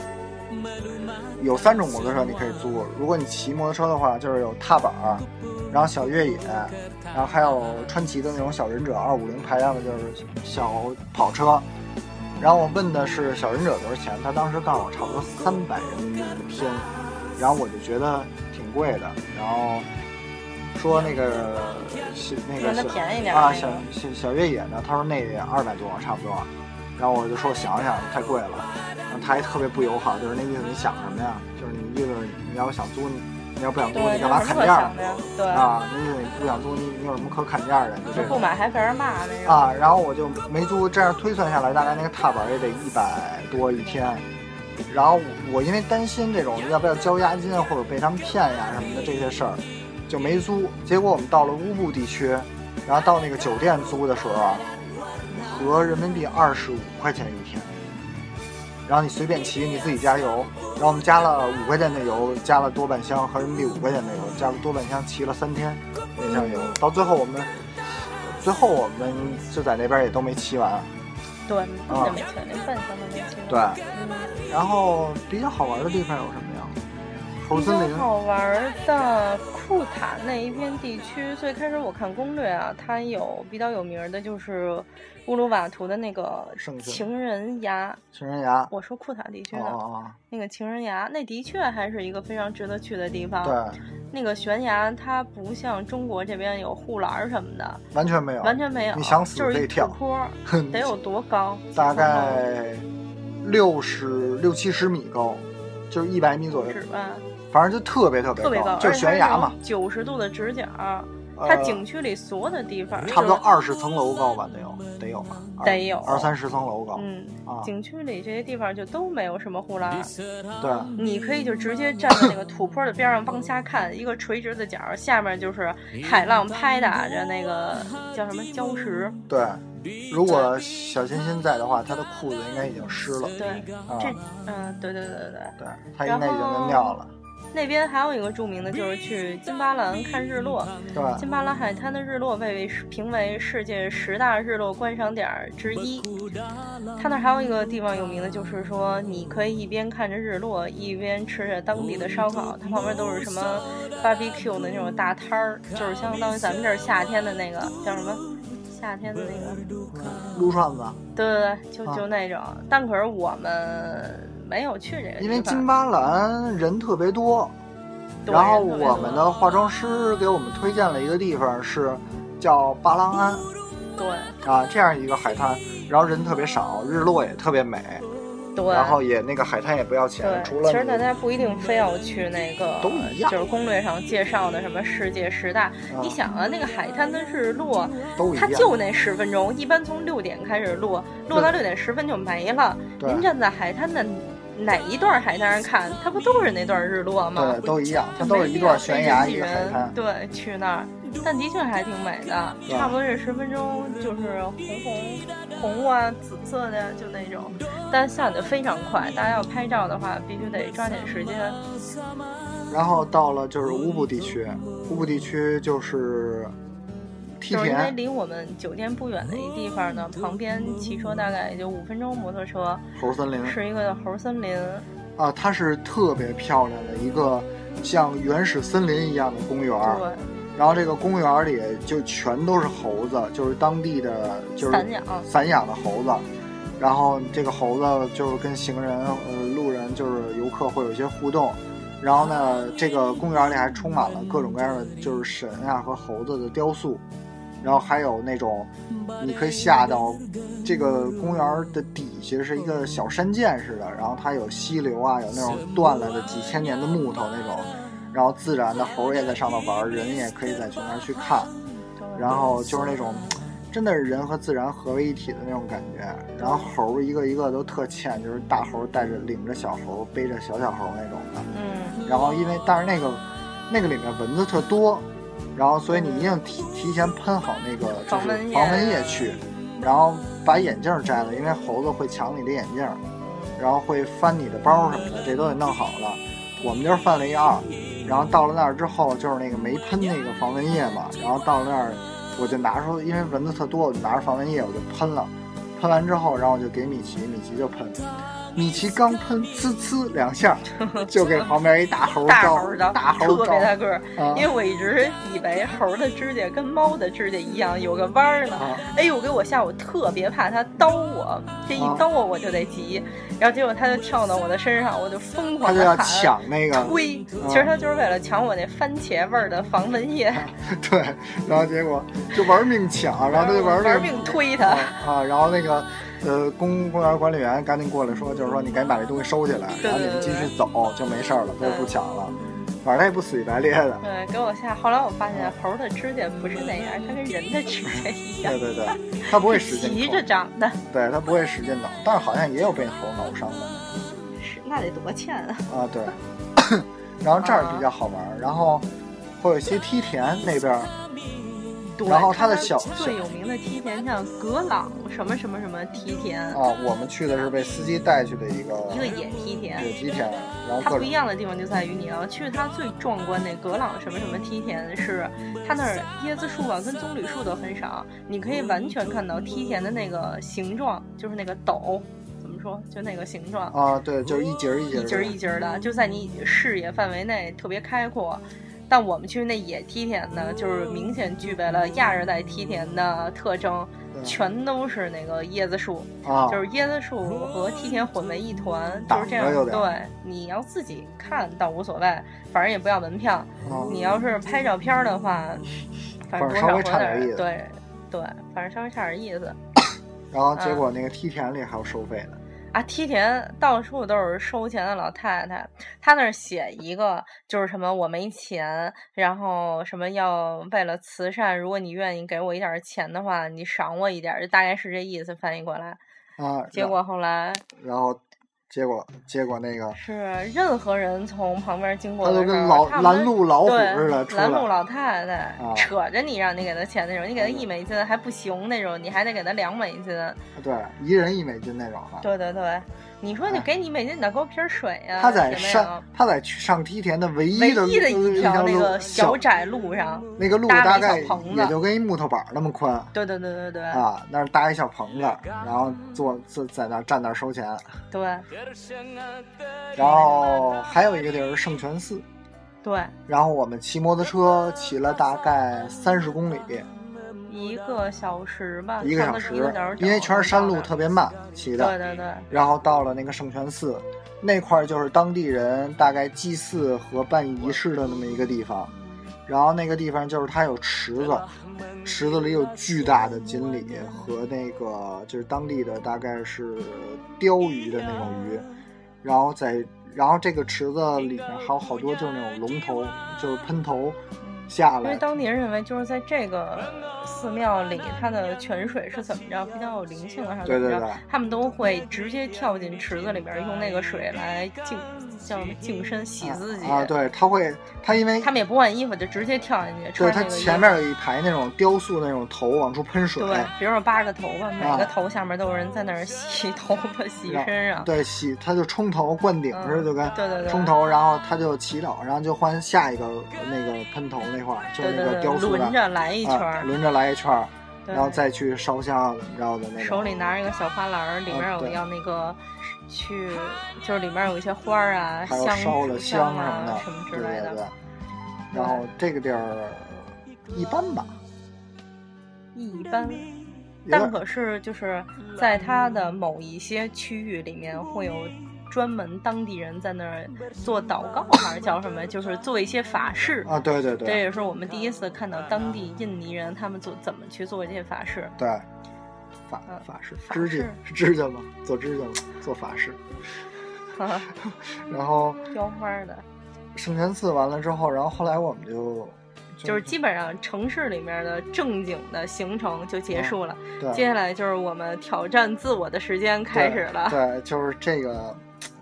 Speaker 1: 有三种摩托车你可以租，如果你骑摩托车的话，就是有踏板儿，然后小越野，然后还有川崎的那种小忍者二五零排量的，就是小跑车。然后我问的是小忍者多少钱，他当时告诉我差不多三百人民币一天，然后我就觉得挺贵的，然后说那个小那个
Speaker 3: 让它
Speaker 1: 小
Speaker 3: 便宜点儿
Speaker 1: 啊
Speaker 3: 那
Speaker 1: 小
Speaker 3: 个
Speaker 1: 小小越野呢，他说那二百多差不多，然后我就说我想想太贵了，然后他还特别不友好，就是那意思你想什么呀？就是你意思你要想租，你要不想租
Speaker 3: 对，
Speaker 1: 你
Speaker 3: 有
Speaker 1: 干嘛
Speaker 3: 什么
Speaker 1: 砍
Speaker 3: 可
Speaker 1: 价
Speaker 3: 想的呀？对，
Speaker 1: 啊？那意思你不想租你你有什么可砍价的？就这
Speaker 3: 不
Speaker 1: 种。
Speaker 3: 买还被人骂那种。
Speaker 1: 啊，然后我就没租，这样推算下来，大概那个踏板也得一百多一天。然后我因为担心这种要不要交押金啊或者被他们骗呀什么的这些事儿，就没租。结果我们到了乌布地区，然后到那个酒店租的时候啊，合人民币二十五块钱一天。然后你随便骑，你自己加油。然后我们加了五块钱的油，加了多半箱，合人民币五块钱的油，加了多半箱，骑了三天那箱油。到最后我们，最后我们就在那边也都没骑完。
Speaker 3: 对，根本就没钱，连半箱都没钱。
Speaker 1: 啊对，
Speaker 3: 嗯，
Speaker 1: 然后比较好玩的地方有什么呀？猴
Speaker 3: 比
Speaker 1: 森
Speaker 3: 较
Speaker 1: 林
Speaker 3: 好玩儿的库塔那一片地区，最开始我看攻略啊，它有比较有名儿的就是乌鲁瓦图的那个
Speaker 1: 圣经
Speaker 3: 情人崖。
Speaker 1: 情人崖。
Speaker 3: 我说库塔地区
Speaker 1: 哦
Speaker 3: 的、
Speaker 1: 哦
Speaker 3: 那个情人崖，那的确还是一个非常值得去的地方。
Speaker 1: 哦，，对，
Speaker 3: 那个悬崖它不像中国这边有护栏儿什么的，
Speaker 1: 完全没有，
Speaker 3: 完全没有，
Speaker 1: 你想死
Speaker 3: 就
Speaker 1: 可
Speaker 3: 是
Speaker 1: 以
Speaker 3: 一
Speaker 1: 跳
Speaker 3: 土坡儿，
Speaker 1: 全
Speaker 3: 得有多高？
Speaker 1: 大概六十六七十米高，就是一百米左右
Speaker 3: 是，吧？
Speaker 1: 反正就特别特别
Speaker 3: 特别高，
Speaker 1: 就是悬崖嘛。
Speaker 3: 九十度的直角，它
Speaker 1: 呃
Speaker 3: 景区里所有的地方
Speaker 1: 差不多
Speaker 3: 就是
Speaker 1: 二十层楼高吧，得有，得有吧，二
Speaker 3: 得有
Speaker 1: 二三十层楼高。
Speaker 3: 嗯，
Speaker 1: 啊，
Speaker 3: 景区里这些地方就都没有什么护栏，嗯
Speaker 1: 对，
Speaker 3: 你可以就直接站在那个土坡的边上往下看，一个垂直的角，下面就是海浪拍打着那个叫什么礁石，
Speaker 1: 对，如果小欣欣在的话，她的裤子应该已经湿了，
Speaker 3: 对，
Speaker 1: 啊，
Speaker 3: 这嗯，对对对对对。
Speaker 1: 对，她应该已经能尿了，
Speaker 3: 那边还有一个著名的就是去金巴兰看日落，
Speaker 1: 对
Speaker 3: 金巴兰海滩的日落被评为世界十大日落观赏点儿之一。它那儿还有一个地方有名的，就是说你可以一边看着日落，一边吃着当地的烧烤。它旁边都是什么 barbecue 的那种大摊儿，就是相当于咱们这儿夏天的那个叫什么？夏天的那个，
Speaker 1: 撸串子。
Speaker 3: 对对对，就
Speaker 1: 啊
Speaker 3: 就那种。但可是我们没有去这个地方，
Speaker 1: 因为金巴兰人特别多，
Speaker 3: 对
Speaker 1: 然后
Speaker 3: 人特别
Speaker 1: 我们的化妆师给我们推荐了一个地方是叫巴郎安
Speaker 3: 多
Speaker 1: 啊，这样一个海滩，然后人特别少，日落也特别美，
Speaker 3: 对对，
Speaker 1: 然后也那个海滩也不要
Speaker 3: 对
Speaker 1: 钱，除，了
Speaker 3: 其实
Speaker 1: 你
Speaker 3: 大家不一定非要去那个，
Speaker 1: 都一样
Speaker 3: 就是攻略上介绍的什么世界十大。你想啊，那个海滩的日落，
Speaker 1: 都一
Speaker 3: 它
Speaker 1: 样，
Speaker 3: 就那十分钟，一般从六点开始落，落到六点十分就没了。
Speaker 1: 对
Speaker 3: 您站在海滩的哪一段海滩上看，它不都是那段日落吗
Speaker 1: 对，？都一样，它
Speaker 3: 就
Speaker 1: 都
Speaker 3: 没
Speaker 1: 是
Speaker 3: 必
Speaker 1: 一
Speaker 3: 要
Speaker 1: 段
Speaker 3: 非
Speaker 1: 悬
Speaker 3: 人
Speaker 1: 崖
Speaker 3: 挤
Speaker 1: 一个海
Speaker 3: 人
Speaker 1: 滩，
Speaker 3: 对，去那儿，但的确还挺美的，
Speaker 1: 对
Speaker 3: 差不多这十分钟就是红红红啊、紫色的呀，就那种，但下的非常快，大家要拍照的话，必须得抓紧时间。
Speaker 1: 然后到了就是乌布地区，乌布地区就是梯
Speaker 3: 就是因为
Speaker 1: 田，
Speaker 3: 离我们酒店不远的一地方呢，旁边骑车大概也就五分钟摩托车，
Speaker 1: 猴森林
Speaker 3: 是一个猴森林，
Speaker 1: 啊，它是特别漂亮的一个像原始森林一样的公园儿。
Speaker 3: 对，
Speaker 1: 然后这个公园里就全都是猴子，就是当地的就是
Speaker 3: 散养
Speaker 1: 散养的猴子。然后这个猴子就是跟行人、呃路人，就是游客会有一些互动。然后呢，这个公园里还充满了各种各样的就是神啊和猴子的雕塑，然后还有那种你可以下到这个公园的底下是一个小山涧似的，然后它有溪流啊，有那种断了的几千年的木头那种，然后自然的猴儿也在上面玩儿，人也可以在上面去看，然后就是那种真的是人和自然合为一体的那种感觉。然后猴儿一个一个都特欠，就是大猴儿带着领着小猴儿，背着小小猴儿那种的。
Speaker 3: 嗯，
Speaker 1: 然后因为但是那个那个里面蚊子特多，然后所以你一定提提前喷好那个就
Speaker 3: 防
Speaker 1: 是
Speaker 3: 蚊液
Speaker 1: 防蚊液去，然后把眼镜摘了，因为猴子会抢你的眼镜儿。然后会翻你的包什么的，这都得弄好了。我们就是犯了一二，然后到了那儿之后，就是那个没喷那个防蚊液嘛，然后到了那儿，我就拿出，因为蚊子特多，我就拿着防蚊液我就喷了，喷完之后，然后我就给米奇，米奇就喷，米奇刚喷呲呲两 下，就给旁边一大猴
Speaker 3: 大
Speaker 1: 招
Speaker 3: 猴儿的，
Speaker 1: 大猴
Speaker 3: 特别大
Speaker 1: 招，
Speaker 3: 个儿。
Speaker 1: 啊
Speaker 3: 因为我一直以为猴儿的指甲跟猫的指甲一样有个弯儿呢，
Speaker 1: 啊
Speaker 3: 哎呦，给我吓我特别怕它叨我，这一
Speaker 1: 啊
Speaker 3: 叨我我就得急，然后结果它就跳到我的身上，我就疯
Speaker 1: 他
Speaker 3: 狂
Speaker 1: 就
Speaker 3: 的
Speaker 1: 要
Speaker 3: 喊。
Speaker 1: 抢那个嗯
Speaker 3: 推，其实它就是为了抢我那番茄味儿的防蚊液，
Speaker 1: 啊对，然后结果就玩命抢，然后他就玩
Speaker 3: 玩
Speaker 1: 命
Speaker 3: 命推
Speaker 1: 啊
Speaker 3: 它。
Speaker 1: 啊，然后那个呃，公公园管理员赶紧过来说，就是说你赶紧把这东西收起来，
Speaker 3: 对
Speaker 1: 然后你们
Speaker 3: 对
Speaker 1: 继
Speaker 3: 对
Speaker 1: 续走就没事儿了，他就不抢了。反正他也不死皮白咧的，
Speaker 3: 对，给我吓。后来我发现猴儿的指甲不是那样，它跟人的指甲一样
Speaker 1: 对，对对，他不会使劲
Speaker 3: 急
Speaker 1: 挠
Speaker 3: 着，长的，
Speaker 1: 对他不会使劲挠，但是好像也有被猴挠伤的。
Speaker 3: 是那得多欠啊！
Speaker 1: 啊，对。然后这儿比较好玩儿，然后会有一些梯田那边儿，
Speaker 3: 对
Speaker 1: 然后它的小
Speaker 3: 最有名的梯田像格朗什么什么什么梯田，
Speaker 1: 啊，我们去的是被司机带去的一个
Speaker 3: 一个野梯田
Speaker 1: 野。梯田，然后
Speaker 3: 它
Speaker 1: 各
Speaker 3: 不
Speaker 1: 种
Speaker 3: 一样的地方就在于你要去它最壮观那格朗什么什么梯田，是它那儿椰子树啊跟棕榈树都很少，你可以完全看到梯田的那个形状，就是那个斗，怎么说，就那个形状。
Speaker 1: 啊，对，就是一节儿一节
Speaker 3: 哦一
Speaker 1: 儿
Speaker 3: 节
Speaker 1: 的
Speaker 3: 儿一节儿的，就在你视野范围内特别开阔。但我们去那野梯田呢，就是明显具备了亚热带梯田的特征，
Speaker 1: 对
Speaker 3: 全都是那个椰子树，
Speaker 1: 啊，
Speaker 3: 就是椰子树和梯田混为一团，就是
Speaker 1: 挡
Speaker 3: 这
Speaker 1: 着有
Speaker 3: 样。
Speaker 1: 点
Speaker 3: 对，你要自己看倒无所谓，反正也不要门票。
Speaker 1: 啊
Speaker 3: 你要是拍照片儿 的话，反正
Speaker 1: 反正
Speaker 3: 多
Speaker 1: 稍
Speaker 3: 少
Speaker 1: 微
Speaker 3: 有
Speaker 1: 差点
Speaker 3: 点
Speaker 1: 意思
Speaker 3: 儿对对，反正稍微差点意思。
Speaker 1: 然后结果那个梯田里还有收费的，
Speaker 3: 啊，梯田到处都是收钱的老太太，她那儿写一个就是什么我没钱，然后什么要为了慈善，如果你愿意给我一点儿钱的话，你赏我一点儿，就大概是这意思翻译过来。
Speaker 1: 啊，
Speaker 3: 结果后来
Speaker 1: 然后结果结果那个
Speaker 3: 是任何人从旁边经过
Speaker 1: 他
Speaker 3: 的时
Speaker 1: 就
Speaker 3: 候，
Speaker 1: 啊跟老
Speaker 3: 他们
Speaker 1: 拦路老虎
Speaker 3: 对
Speaker 1: 似的出
Speaker 3: 拦
Speaker 1: 来，
Speaker 3: 路老太太
Speaker 1: 啊
Speaker 3: 扯着你让你给她钱那种，你给她
Speaker 1: 对
Speaker 3: 一美金还不行那种，你还得给她两美金。
Speaker 1: 啊对，一人一美金那种啊的。
Speaker 3: 对对啊对，你说你
Speaker 1: 哎
Speaker 3: 给你美金，你倒给我瓶儿水呀、
Speaker 1: 他在
Speaker 3: 姐妹啊
Speaker 1: 上他在去上梯田的唯
Speaker 3: 唯
Speaker 1: 一的
Speaker 3: 一的一条
Speaker 1: 路
Speaker 3: 那个
Speaker 1: 小
Speaker 3: 小窄路上，
Speaker 1: 那个路
Speaker 3: 搭了
Speaker 1: 大概
Speaker 3: 一小棚
Speaker 1: 也
Speaker 3: 子
Speaker 1: 就跟一木头板儿那么宽。
Speaker 3: 对对对对对、
Speaker 1: 啊，那儿搭一小棚子，然后坐坐在那儿站那儿收钱，
Speaker 3: 对
Speaker 1: 然
Speaker 3: 啊
Speaker 1: 后还有一个地儿是圣泉寺，
Speaker 3: 对，
Speaker 1: 然后我们骑摩托车骑了大概三十公里，
Speaker 3: 一个小时吧，
Speaker 1: 一个
Speaker 3: 差
Speaker 1: 小
Speaker 3: 不
Speaker 1: 时
Speaker 3: 多一个小时，整
Speaker 1: 因为全是山路，
Speaker 3: 到
Speaker 1: 特别慢骑
Speaker 3: 那
Speaker 1: 的。
Speaker 3: 儿。对对对，
Speaker 1: 然后到了那个圣泉寺，那块儿就是当地人大概祭祀和办仪式的那么一个地方。然后那个地方就是它有池子，池子里有巨大的锦鲤和那个就是当地的大概是鲷鱼的那种鱼，然后在然后这个池子里面还有好多就是那种龙头，就是喷头下
Speaker 3: 因为
Speaker 1: 来，
Speaker 3: 当地人认为就是在这个寺庙里，它的泉水是怎么着，比较有灵性啊，还是
Speaker 1: 对
Speaker 3: 怎么
Speaker 1: 对
Speaker 3: 着，
Speaker 1: 对
Speaker 3: 他们都会直接跳进池子里边，用那个水来净叫什么净身洗自己
Speaker 1: 啊，对，它会它因为
Speaker 3: 他们也不换衣服，就直接跳进去，
Speaker 1: 对
Speaker 3: 穿
Speaker 1: 它
Speaker 3: 那个衣
Speaker 1: 前
Speaker 3: 服
Speaker 1: 面有一排那种雕塑那种头往出喷水，
Speaker 3: 对，比如说八个头发，每
Speaker 1: 啊
Speaker 3: 个头下面都有人在那儿洗头发、洗身上。
Speaker 1: 对，洗他就冲头灌顶似的，
Speaker 3: 嗯
Speaker 1: 就跟
Speaker 3: 对对对
Speaker 1: 冲头，然后他就祈祷，然后就换下一个那个喷头那块儿，就
Speaker 3: 对
Speaker 1: 是那个
Speaker 3: 对
Speaker 1: 雕
Speaker 3: 对，
Speaker 1: 塑
Speaker 3: 轮
Speaker 1: 的，
Speaker 3: 着来一圈
Speaker 1: 啊，
Speaker 3: 儿，
Speaker 1: 轮着来一圈儿，
Speaker 3: 对
Speaker 1: 然后再去烧香怎么着的那种。
Speaker 3: 手里拿着一个小花篮儿，里面
Speaker 1: 啊
Speaker 3: 有
Speaker 1: 对
Speaker 3: 要那个去，就是里面有一些花儿啊、
Speaker 1: 还有
Speaker 3: 香
Speaker 1: 烧了
Speaker 3: 香
Speaker 1: 香什么
Speaker 3: 啊
Speaker 1: 的，
Speaker 3: 什么之
Speaker 1: 对
Speaker 3: 类
Speaker 1: 对对
Speaker 3: 的，。
Speaker 1: 然后这个地儿一般吧，
Speaker 3: 一般。
Speaker 1: 有
Speaker 3: 但
Speaker 1: 点
Speaker 3: 可是就是在它的某一些区域里面会有。专门当地人在那儿做祷告，还是叫什么？就是做一些法事
Speaker 1: 啊，对对
Speaker 3: 这
Speaker 1: 对
Speaker 3: 也是我们第一次看到当地印尼人他们做怎么去做这些法事。
Speaker 1: 对，法
Speaker 3: 嗯
Speaker 1: 法式
Speaker 3: 法
Speaker 1: 指甲
Speaker 3: 式
Speaker 1: 是指甲吗？做指甲吗？做法式。 然后
Speaker 3: 雕花儿的，
Speaker 1: 圣泉寺完了之后，然后后来我们就
Speaker 3: 就是基本上城市里面的正经的行程就
Speaker 1: 啊
Speaker 3: 结束了，
Speaker 1: 对
Speaker 3: 接下来就是我们挑战自我的时间开始了。
Speaker 1: 对，对就是这个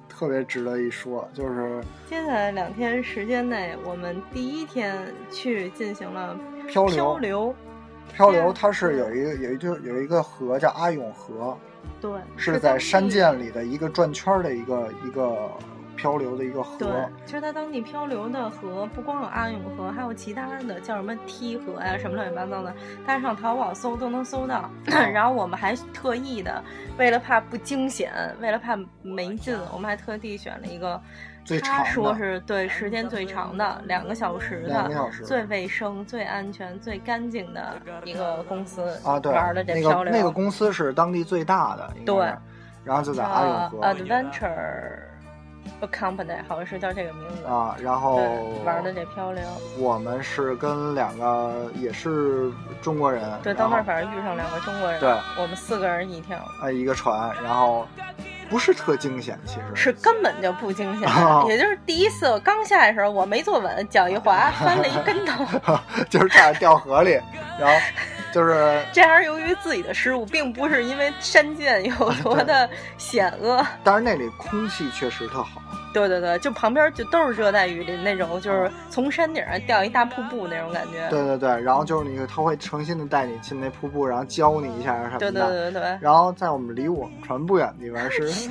Speaker 1: 特别值得一说，就是
Speaker 3: 接下来两天时间内，我们第一天去进行了
Speaker 1: 漂流，
Speaker 3: 漂流，
Speaker 1: 漂流它是有一个有一就有一个河叫阿勇河，
Speaker 3: 对，
Speaker 1: 是在山
Speaker 3: 涧
Speaker 1: 涧里的一个转圈儿的一个一个漂流的一个河。
Speaker 3: 对，其实它当地漂流的河不光有阿勇河，还有其他的叫什么梯河呀、什么乱七八糟的，但是上淘宝搜都能搜到。 然后我们还特意的，为了怕不惊险，为了怕没劲，我们还特地选了一个
Speaker 1: 啊最
Speaker 3: 他
Speaker 1: 长的
Speaker 3: 说是对时间最长的两个小时
Speaker 1: 两个
Speaker 3: 的。
Speaker 1: 小时
Speaker 3: 最卫生、最安全、最干净的一个公司
Speaker 1: 啊，对，
Speaker 3: 玩的这
Speaker 1: 那
Speaker 3: 漂
Speaker 1: 个
Speaker 3: 流，
Speaker 1: 那个公司是当地最大的，应该
Speaker 3: 对
Speaker 1: 是，然后就在阿勇
Speaker 3: 啊
Speaker 1: 河
Speaker 3: Adventure Company 好像是叫这个名字，
Speaker 1: 啊，然
Speaker 3: 对，
Speaker 1: 后
Speaker 3: 玩的这漂流，
Speaker 1: 我们是跟两个也是中国人，
Speaker 3: 对，到
Speaker 1: 然
Speaker 3: 那儿
Speaker 1: 后
Speaker 3: 反正遇上两个中国人，
Speaker 1: 对，
Speaker 3: 我们四个人一跳，
Speaker 1: 啊一个船，然后不是特惊险，其实
Speaker 3: 是根本就不惊险，
Speaker 1: 哦
Speaker 3: 也就是第一次我刚下来的时候，我没坐稳，脚 一滑翻了一跟头。
Speaker 1: 就是差点掉河里，然后就是，
Speaker 3: 这还是由于自己的失误，并不是因为山涧有多的险恶。
Speaker 1: 但是那里空气确实特好，
Speaker 3: 对对对，就旁边就都是热带雨林那种，就是从山顶上掉一大瀑布那种感觉。
Speaker 1: 对对对，然后就是你他会诚心的带你进那瀑布，然后教你一下什么的，
Speaker 3: 对对对对对
Speaker 1: 然后在我们离我们船不远的地方是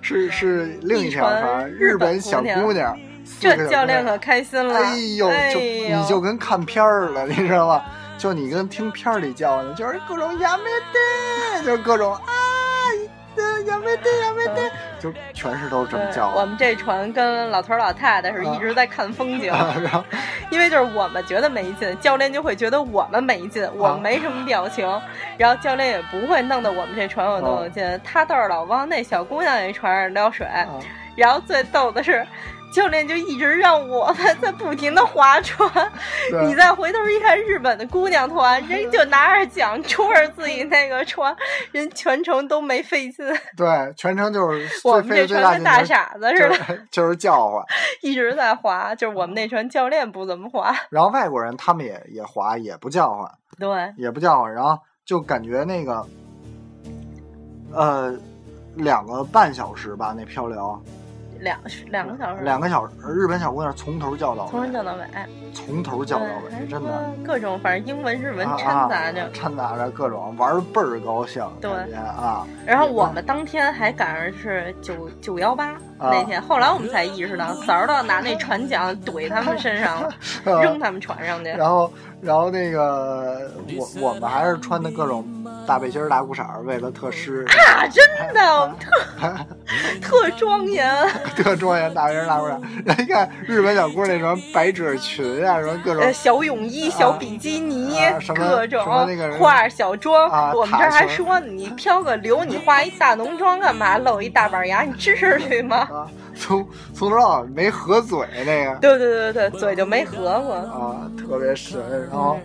Speaker 1: 是是另一条
Speaker 3: 一船
Speaker 1: 船，
Speaker 3: 日
Speaker 1: 日
Speaker 3: 本
Speaker 1: 本
Speaker 3: 姑
Speaker 1: 小
Speaker 3: 娘
Speaker 1: 姑娘，四个
Speaker 3: 这
Speaker 1: 小
Speaker 3: 教
Speaker 1: 姑
Speaker 3: 练
Speaker 1: 娘
Speaker 3: 可开心了。
Speaker 1: 哎呦，就
Speaker 3: 哎呦
Speaker 1: 你就跟看片儿了，你知道吗？就你跟听片儿里叫的，就是各种亚美的，就是各种啊，的亚美的亚美的，就全是都是这么
Speaker 3: 嗯对
Speaker 1: 叫啊嗯
Speaker 3: 我
Speaker 1: 的。
Speaker 3: 们这船跟老头儿老太太是一直在看 风景，
Speaker 1: 啊，然后
Speaker 3: 因为就是我们觉得没劲，教练就会觉得我们没劲，我
Speaker 1: 啊
Speaker 3: 们没什么表情，然后教练也不会弄得我们这船有
Speaker 1: 哦
Speaker 3: 多有劲。他倒是老往那小姑娘那船上撩水，
Speaker 1: 啊
Speaker 3: 然后最逗的是，教练就一直让我们在不停的划船。
Speaker 1: 对
Speaker 3: 你再回头一看，日本的姑娘团人就拿着桨冲着自己那个船，人全程都没费劲，
Speaker 1: 对，全程就是
Speaker 3: 我
Speaker 1: 最
Speaker 3: 们这
Speaker 1: 费最
Speaker 3: 船跟
Speaker 1: 劲
Speaker 3: 大
Speaker 1: 的
Speaker 3: 傻子似
Speaker 1: 就
Speaker 3: 的。
Speaker 1: 是哦就是叫唤。
Speaker 3: 一直在滑，就是我们那船教练不怎么滑。
Speaker 1: 然后外国人他们也也滑，也不叫唤，
Speaker 3: 对，
Speaker 1: 也不叫唤，然后就感觉那个，呃，两个半小时吧，那漂流
Speaker 3: 两两个小时，
Speaker 1: 两个小时，日本小姑娘从头叫到尾，
Speaker 3: 从头叫到尾，哎
Speaker 1: 从头叫到
Speaker 3: 对
Speaker 1: 尾，真的。，
Speaker 3: 各种反正英文日文
Speaker 1: 啊
Speaker 3: 掺杂着。
Speaker 1: 啊掺杂着各种玩儿倍儿高兴，
Speaker 3: 对
Speaker 1: 感觉啊，
Speaker 3: 然后我们当天还赶上是九九幺八
Speaker 1: 啊
Speaker 3: 那天，后来我们才意识到，早知道拿那船桨怼他们 身上了，
Speaker 1: 呃
Speaker 3: 扔他们船上去。
Speaker 1: 然后然后那个我我们还是穿的各种大背心儿、大裤衩儿，为了特湿，
Speaker 3: 啊，真的，我们特
Speaker 1: 啊
Speaker 3: 特庄严。
Speaker 1: 特庄严大背心儿、大裤衩儿。一 看日本小姑娘那什么百褶裙啊，什么各种
Speaker 3: 呃，小泳衣、小比基尼，
Speaker 1: 啊什么
Speaker 3: 各种
Speaker 1: 什么那个
Speaker 3: 化着小妆。
Speaker 1: 啊
Speaker 3: 我们这儿还
Speaker 1: 塔什
Speaker 3: 说你漂个流，你化一大浓妆干嘛？露一大板牙，你吃吃去吗？
Speaker 1: 啊，从从头到尾没合嘴那个
Speaker 3: 对对对对对，嘴就没合过。嗯
Speaker 1: 啊，特别神。然后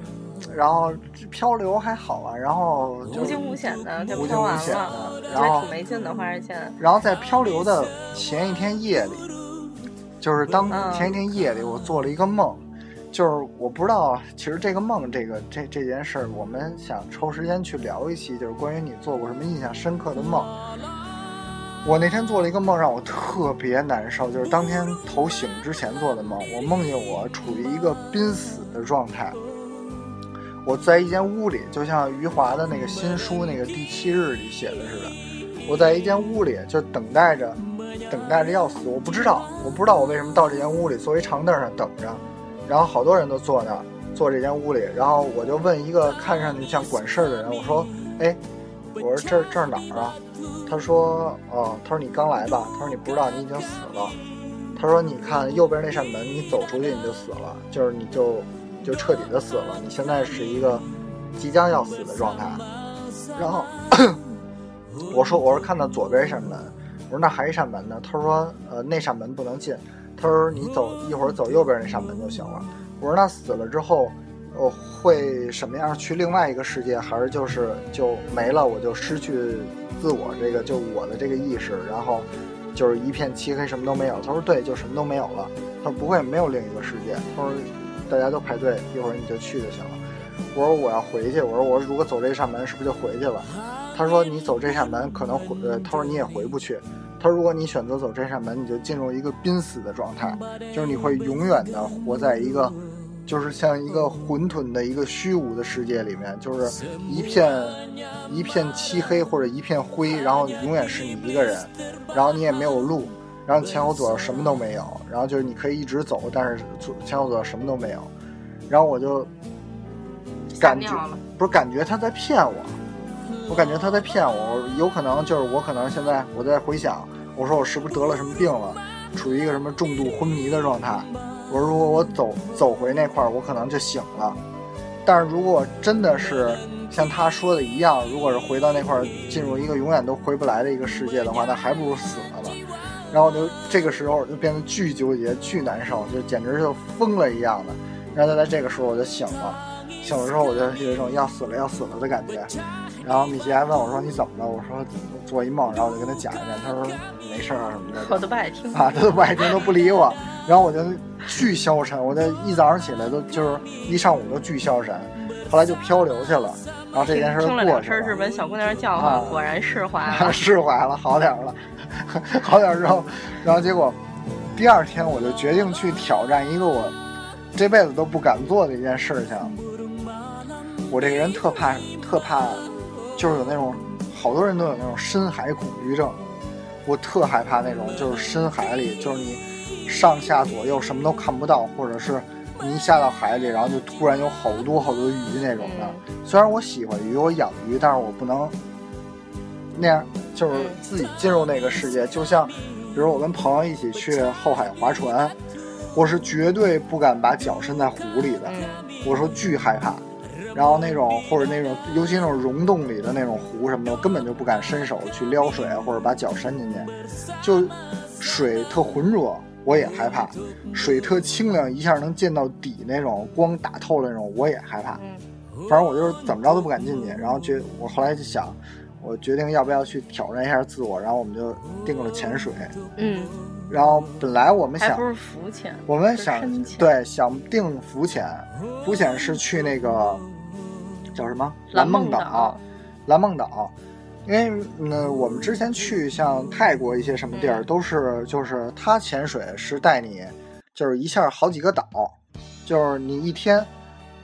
Speaker 1: 然后漂流还好啊，然后
Speaker 3: 嗯
Speaker 1: 就
Speaker 3: 无惊无险的就
Speaker 1: 无
Speaker 3: 漂
Speaker 1: 惊
Speaker 3: 完
Speaker 1: 无险
Speaker 3: 了，
Speaker 1: 的，
Speaker 3: 觉
Speaker 1: 然
Speaker 3: 得
Speaker 1: 后
Speaker 3: 挺没劲的，花这钱。
Speaker 1: 然后在漂流的前一天夜里，就是当
Speaker 3: 嗯
Speaker 1: 前一天夜里，我做了一个梦，就是我不知道，其实这个梦这个这这件事儿，我们想抽时间去聊一期，就是关于你做过什么印象深刻的梦。我那天做了一个梦，让我特别难受，就是当天头醒之前做的梦。我梦见我处于一个濒死的状态，我在一间屋里，就像余华的那个新书那个《第七日》里写的似的，我在一间屋里就等待着，等待着要死。我不知道，我不知道我为什么到这间屋里，坐一长凳上等着，然后好多人都坐那儿，坐这间屋里，然后我就问一个看上去像管事儿的人，我说：“哎，我说这儿这儿哪儿啊？”他说：“哦，他说你刚来吧？他说你不知道，你已经死了。”他说：“你看右边那扇门，你走出去你就死了，就是你就就彻底的死了。你现在是一个即将要死的状态。”然后我说：“我说看到左边一扇门，我说那还一扇门呢。”他说：“呃，那扇门不能进。”他说：“你走一会儿走右边那扇门就行了。”我说：“那死了之后，我会什么样去另外一个世界，还是就是就没了，我就失去自我这个就我的这个意识，然后就是一片漆黑，什么都没有。他说对，就什么都没有了。他说不会，没有另一个世界。他说大家都排队，一会儿你就去就行了。我说我要回去，我说我如果走这扇门，是不是就回去了？他说你走这扇门可能回，呃，他说你也回不去。他说如果你选择走这扇门，你就进入一个濒死的状态，就是你会永远的活在一个就是像一个混沌的一个虚无的世界里面，就是一片一片漆黑或者一片灰，然后永远是你一个人，然后你也没有路，然后你前后左右什么都没有，然后就是你可以一直走，但是左前后左右什么都没有，然后我就
Speaker 3: 吓
Speaker 1: 感觉
Speaker 3: 尿了。
Speaker 1: 不是感觉他在骗我，我感觉他在骗我，有可能就是我可能现在我在回想，我说我是不是得了什么病了，处于一个什么重度昏迷的状态。我说如果我走走回那块儿，我可能就醒了。但是如果真的是像他说的一样，如果是回到那块儿，进入一个永远都回不来的一个世界的话，那还不如死了吧。然后我就这个时候我就变得巨纠结、巨难受，就简直就疯了一样的。然后就在这个时候我就醒了。醒了之后我就有一种要死了要死了的感觉。然后米奇还问我说你怎么了？我说做一梦，然后我就跟他讲一遍，他说没事儿啊什么的。
Speaker 3: 我都不爱听。
Speaker 1: 啊，他都不爱听，都不理我。然后我就巨消沉，我就一早上起来都就是一上午都巨消沉，后来就漂流去了。然后这
Speaker 3: 听
Speaker 1: 件事
Speaker 3: 听了
Speaker 1: 儿过
Speaker 3: 两
Speaker 1: 去
Speaker 3: 声日本小姑娘叫唤，
Speaker 1: 啊
Speaker 3: 果然释怀
Speaker 1: 了，
Speaker 3: 了。
Speaker 1: 释怀了，好点儿了，好点儿之后，然后结果第二天我就决定去挑战一个我这辈子都不敢做的一件事情。我这个人特怕特怕，就是有那种好多人都有那种深海恐惧症，我特害怕那种就是深海里，就是你上下左右什么都看不到，或者是你一下到海里，然后就突然有好多好多鱼那种的。虽然我喜欢鱼，我养鱼，但是我不能那样，就是自己进入那个世界。就像比如我跟朋友一起去后海划船，我是绝对不敢把脚伸在湖里的。
Speaker 3: 嗯，
Speaker 1: 我说巨害怕。然后那种或者那种，尤其那种溶洞里的那种湖什么的，我根本就不敢伸手去撩水啊，或者把脚伸进去。就水特浑浊，我也害怕；水特清凉，一下能见到底那种光打透了那种，我也害怕。
Speaker 3: 嗯
Speaker 1: 反正我就是怎么着都不敢进去。然后决我后来就想，我决定要不要去挑战一下自我。然后我们就定了潜水。
Speaker 3: 嗯，
Speaker 1: 然后本来我们
Speaker 3: 还
Speaker 1: 想
Speaker 3: 不是浮潜，
Speaker 1: 我们
Speaker 3: 是
Speaker 1: 想
Speaker 3: 深潜
Speaker 1: 对想定浮潜，浮潜是去那个叫什么
Speaker 3: 蓝
Speaker 1: 梦
Speaker 3: 梦
Speaker 1: 岛
Speaker 3: 岛，
Speaker 1: 蓝梦岛。因为呢，我们之前去像泰国一些什么地儿，
Speaker 3: 嗯
Speaker 1: 都是就是他潜水是带你，就是一下好几个岛，就是你一天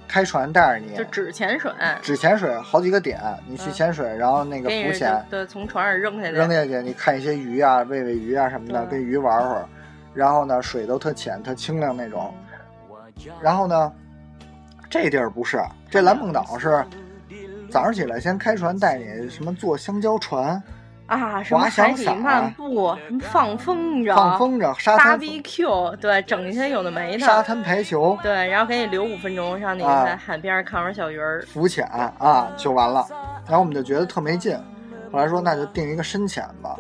Speaker 1: 开船带着你
Speaker 3: 就只潜水，
Speaker 1: 只潜水好几个点，你去
Speaker 3: 嗯
Speaker 1: 潜水，然后那个
Speaker 3: 给
Speaker 1: 浮
Speaker 3: 人
Speaker 1: 潜，
Speaker 3: 就对，从船上扔下去，
Speaker 1: 扔下去，你看一些鱼啊，喂喂鱼啊什么的，
Speaker 3: 嗯
Speaker 1: 跟鱼玩会儿。然后呢，水都特浅、特清凉那种。然后呢，这地儿不是，这蓝梦岛是早上起来先开船带你什么坐香蕉船，
Speaker 3: 啊，什么
Speaker 1: 滑翔
Speaker 3: 海底
Speaker 1: 伞啊
Speaker 3: 漫步，什么放风筝，
Speaker 1: 放风筝，沙滩
Speaker 3: BBQ，对，整一些有的没
Speaker 1: 沙
Speaker 3: 的，
Speaker 1: 滩排球，
Speaker 3: 对，然后给你留五分钟，让你
Speaker 1: 啊
Speaker 3: 在海边看会儿小鱼儿。
Speaker 1: 浮潜啊，就完了。然后我们就觉得特没劲，后来说那就定一个深潜吧。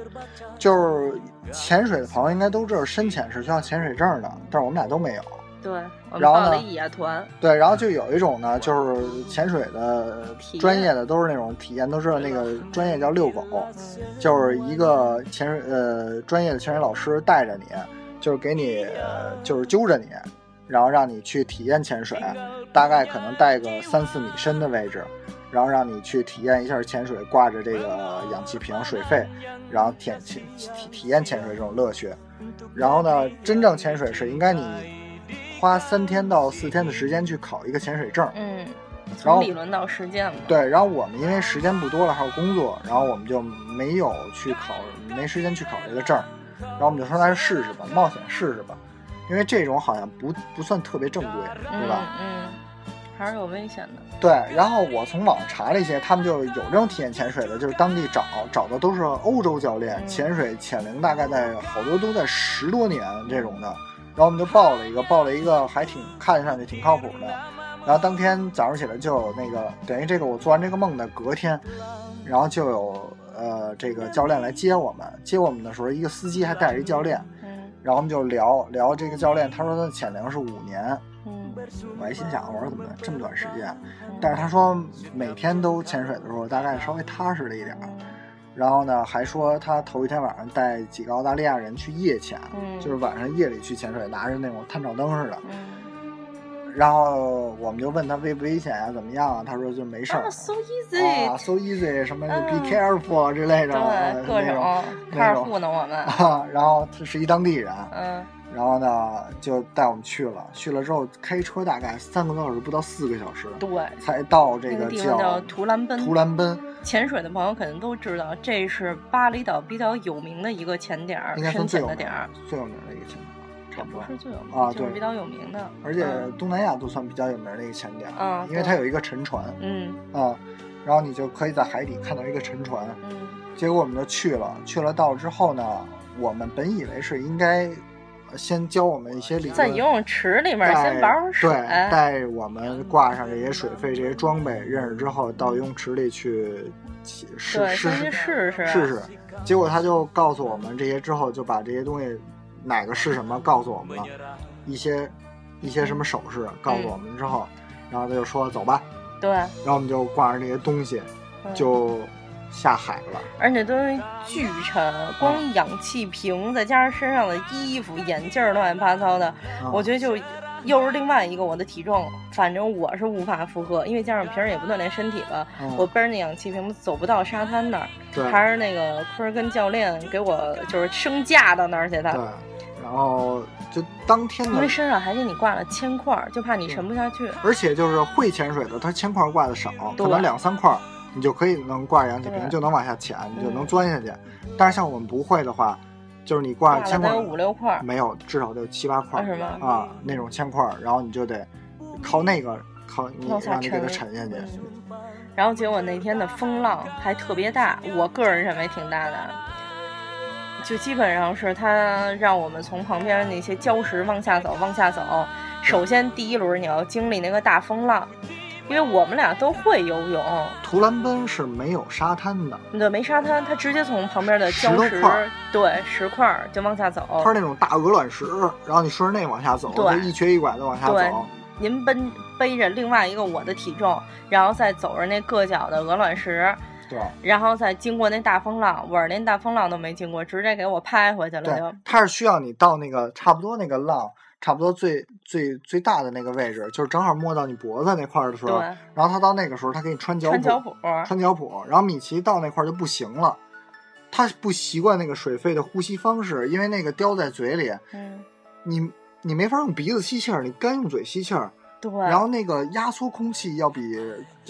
Speaker 1: 就是潜水的朋友应该都知道，深潜是需要潜水证的，但是我们俩都没有。
Speaker 3: 对，我们
Speaker 1: 然后
Speaker 3: 报了
Speaker 1: 呢
Speaker 3: 野团，
Speaker 1: 对，然后就有一种呢，就是潜水的
Speaker 3: 体验
Speaker 1: 专业的都是那种体验，都知道那个专业叫遛狗，就是一个潜水呃专业的潜水老师带着你，就是给你呃就是揪着你，然后让你去体验潜水，
Speaker 3: 哎
Speaker 1: 大概可能带个三四米深的位置，然后让你去体验一下潜水，挂着这个氧气瓶、水肺，然后体体体体验潜水这种乐趣。然后呢，真正潜水是应该你花三天到四天的时间去考一个潜水证。
Speaker 3: 嗯，
Speaker 1: 然后
Speaker 3: 从理论到实践嘛。
Speaker 1: 对，然后我们因为时间不多了，还有工作，然后我们就没有去考，没时间去考这个证儿。然后我们就说，那就试试吧，冒险试试吧，因为这种好像不不算特别正规，对
Speaker 3: 嗯
Speaker 1: 吧？
Speaker 3: 嗯，还是有危险的。
Speaker 1: 对，然后我从网上查了一些，他们就有这种体验潜水的，就是当地找找的都是欧洲教练，潜水潜龄大概在好多都在十多年这种的。然后我们就报了一个，报了一个还挺看上去挺靠谱的。然后当天早上起来就有那个，等于这个我做完这个梦的隔天，然后就有呃这个教练来接我们。接我们的时候，一个司机还带着一教练，
Speaker 3: 嗯
Speaker 1: 然后我们就聊聊这个教练，他说他的潜龄是五年。
Speaker 3: 嗯
Speaker 1: 我还心想，我说怎么这么短时间？啊但是他说每天都潜水的时候，大概稍微踏实了一点儿。然后呢，还说他头一天晚上带几个澳大利亚人去夜潜，
Speaker 3: 嗯
Speaker 1: 就是晚上夜里去潜水，拿着那种探照灯似的。
Speaker 3: 嗯，
Speaker 1: 然后我们就问他危不危险呀、怎么样啊？他说就没事儿
Speaker 3: 啊。，so
Speaker 1: 啊
Speaker 3: easy，
Speaker 1: ，so easy，什么
Speaker 3: 嗯
Speaker 1: be careful 之类的，
Speaker 3: 对，各
Speaker 1: 啊那种
Speaker 3: 种开始糊弄我们。
Speaker 1: 啊。然后他是一当地人，
Speaker 3: 嗯
Speaker 1: 然后呢，就带我们去了。去了之后，开车大概三个多小时，不到四个小时，
Speaker 3: 对，
Speaker 1: 才到这
Speaker 3: 那
Speaker 1: 个
Speaker 3: 个地方叫图兰奔。
Speaker 1: 图兰奔，
Speaker 3: 潜水的朋友肯定都知道，这是巴厘岛比较有名的一个潜点儿，
Speaker 1: 应该算
Speaker 3: 深
Speaker 1: 最
Speaker 3: 潜
Speaker 1: 有
Speaker 3: 的
Speaker 1: 名
Speaker 3: 点儿，
Speaker 1: 最有名的一个景点，差
Speaker 3: 也
Speaker 1: 不
Speaker 3: 不
Speaker 1: 多。
Speaker 3: 是最有名，
Speaker 1: 啊
Speaker 3: 就是
Speaker 1: 对
Speaker 3: 比较有名的。
Speaker 1: 而且
Speaker 3: 嗯
Speaker 1: 东南亚都算比较有名的一个潜点，
Speaker 3: 嗯
Speaker 1: 因为
Speaker 3: 对
Speaker 1: 它有一个沉船
Speaker 3: 嗯
Speaker 1: 啊、然后你就可以在海底看到一个沉船。
Speaker 3: 嗯
Speaker 1: 结果我们就去了，去了到之后呢，我们本以为是应该呃先教我们一些理论，
Speaker 3: 在游泳池里面
Speaker 1: 带
Speaker 3: 先玩会儿水，
Speaker 1: 对，带我们挂上这些水费、这些装备，认识之后到游泳池里去试试
Speaker 3: 对，
Speaker 1: 试
Speaker 3: 先去试试。
Speaker 1: 试试。结果他就告诉我们这些之后，就把这些东西哪个是什么告诉我们了，一些一些什么手势告诉我们之后，
Speaker 3: 嗯
Speaker 1: 然后他就说走吧，
Speaker 3: 对，
Speaker 1: 然后我们就挂上这些东西
Speaker 3: 嗯
Speaker 1: 就下海了。
Speaker 3: 而且都是巨沉，
Speaker 1: 嗯
Speaker 3: 光氧气瓶再加上身上的衣服、眼镜儿乱七八糟的，
Speaker 1: 嗯
Speaker 3: 我觉得就又是另外一个我的体重，反正我是无法负荷，因为加上平时也不锻炼身体了，
Speaker 1: 嗯
Speaker 3: 我背着那氧气瓶走不到沙滩那儿，
Speaker 1: 对
Speaker 3: 还是那个坤儿跟教练给我就是升架到那儿去
Speaker 1: 对
Speaker 3: 的，，
Speaker 1: 然后就当天
Speaker 3: 因
Speaker 1: 呢
Speaker 3: 为，身上还给你挂了铅块儿，就怕你沉不下去。
Speaker 1: 而且就是会潜水的，他铅块挂的少，
Speaker 3: 对
Speaker 1: 可能两三块儿，你就可以能挂氧气瓶，
Speaker 3: 对
Speaker 1: 就能往下潜，你就能
Speaker 3: 嗯
Speaker 1: 钻下去。但是像我们不会的话，就是你挂
Speaker 3: 挂
Speaker 1: 了
Speaker 3: 了
Speaker 1: 铅
Speaker 3: 得
Speaker 1: 块
Speaker 3: 有五六块儿，
Speaker 1: 没有，至少得有七八块
Speaker 3: 啊是
Speaker 1: 儿
Speaker 3: 吗？
Speaker 1: 啊，那种铅块儿，然后你就得靠那个靠你
Speaker 3: 嗯往下
Speaker 1: 让你嗯给它
Speaker 3: 沉嗯
Speaker 1: 沉下去。
Speaker 3: 然后结果那天的风浪还特别大，我个人认为挺大的，就基本上是他让我们从旁边那些礁石往下走，往下走。首先第一轮你要经历那个大风浪，因为我们俩都会游泳，
Speaker 1: 图兰奔是没有沙滩的，
Speaker 3: 对，没沙滩，他直接从旁边的
Speaker 1: 石头
Speaker 3: 礁石
Speaker 1: 块儿，
Speaker 3: 对，石块儿就往下走。
Speaker 1: 它是那种大鹅卵石，然后你顺着那往下走，
Speaker 3: 对
Speaker 1: 它一瘸一拐的往下
Speaker 3: 对
Speaker 1: 走。
Speaker 3: 您背背着另外一个我的体重，然后再走着那硌脚的鹅卵石，
Speaker 1: 对
Speaker 3: 然后再经过那大风浪，我是连大风浪都没经过，直接给我拍回去了
Speaker 1: 对
Speaker 3: 就。，
Speaker 1: 它是需要你到那个差不多那个浪，差不多最最最大的那个位置，就是正好摸到你脖子那块儿的时候，
Speaker 3: 对，
Speaker 1: 然后它到那个时候，它给你穿脚
Speaker 3: 穿脚
Speaker 1: 蹼，
Speaker 3: 蹼，
Speaker 1: 穿脚蹼，然后米奇到那块儿就不行了。他不习惯那个水肺的呼吸方式，因为那个叼在嘴里，
Speaker 3: 嗯，
Speaker 1: 你你没法用鼻子吸气儿，你干用嘴吸气儿，
Speaker 3: 对。
Speaker 1: 然后那个压缩空气要比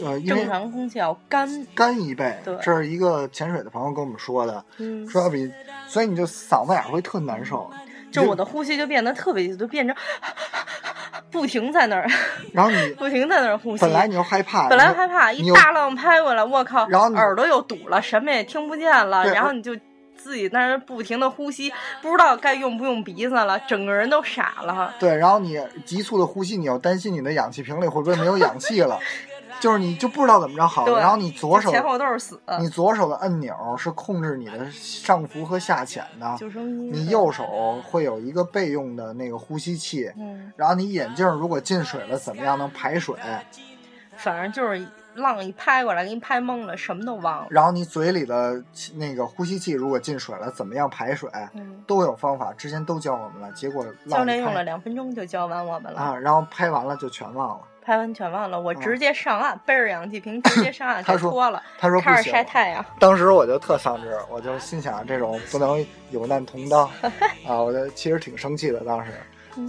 Speaker 1: 呃因
Speaker 3: 正
Speaker 1: 为
Speaker 3: 常空气要干，
Speaker 1: 干一倍
Speaker 3: 对，
Speaker 1: 这是一个潜水的朋友跟我们说的，
Speaker 3: 嗯，
Speaker 1: 说要比，所以你就嗓子眼儿会特难受，
Speaker 3: 就我的呼吸就变得特别，就变成不停在那儿，
Speaker 1: 然后你
Speaker 3: 不停在那儿呼吸。
Speaker 1: 本来你又害怕，
Speaker 3: 本来
Speaker 1: 你又
Speaker 3: 害怕，
Speaker 1: 你
Speaker 3: 一
Speaker 1: 又
Speaker 3: 大浪拍过来，我靠，
Speaker 1: 然后你
Speaker 3: 耳朵又堵了，什么也听不见了，
Speaker 1: 对
Speaker 3: 然后你就自己在那儿不停的呼吸，不知道该用不用鼻子了，整个人都傻了。
Speaker 1: 对，然后你急促的呼吸，你又担心你的氧气瓶里会不会没有氧气 了，就是你就不知道怎么着好。
Speaker 3: 对
Speaker 1: 然后你左手，
Speaker 3: 前后都是死，
Speaker 1: 你左手的按钮是控制你的上浮和下潜的，
Speaker 3: 救生衣。
Speaker 1: 你右手会有一个备用的那个呼吸器，
Speaker 3: 嗯，
Speaker 1: 然后你眼镜如果进水了，怎么样能排水？
Speaker 3: 反正就是浪一拍过来，给你拍懵了，什么都忘了。
Speaker 1: 然后你嘴里的气那个呼吸器如果进水了，怎么样排水？
Speaker 3: 嗯，
Speaker 1: 都有方法，之前都教我们了，结果浪
Speaker 3: 教
Speaker 1: 一
Speaker 3: 练用
Speaker 1: 拍
Speaker 3: 了两分钟就教完我们了，
Speaker 1: 啊，然后拍完了就全忘了。
Speaker 3: 拍完全忘了，我直接上岸，背着氧气瓶直接上岸
Speaker 1: 他
Speaker 3: 给
Speaker 1: 说
Speaker 3: 脱了，
Speaker 1: 他说不
Speaker 3: 开始
Speaker 1: 行
Speaker 3: 晒太阳。
Speaker 1: 当时我就特丧志，我就心想这种不能有难同当啊，我就其实挺生气的当时。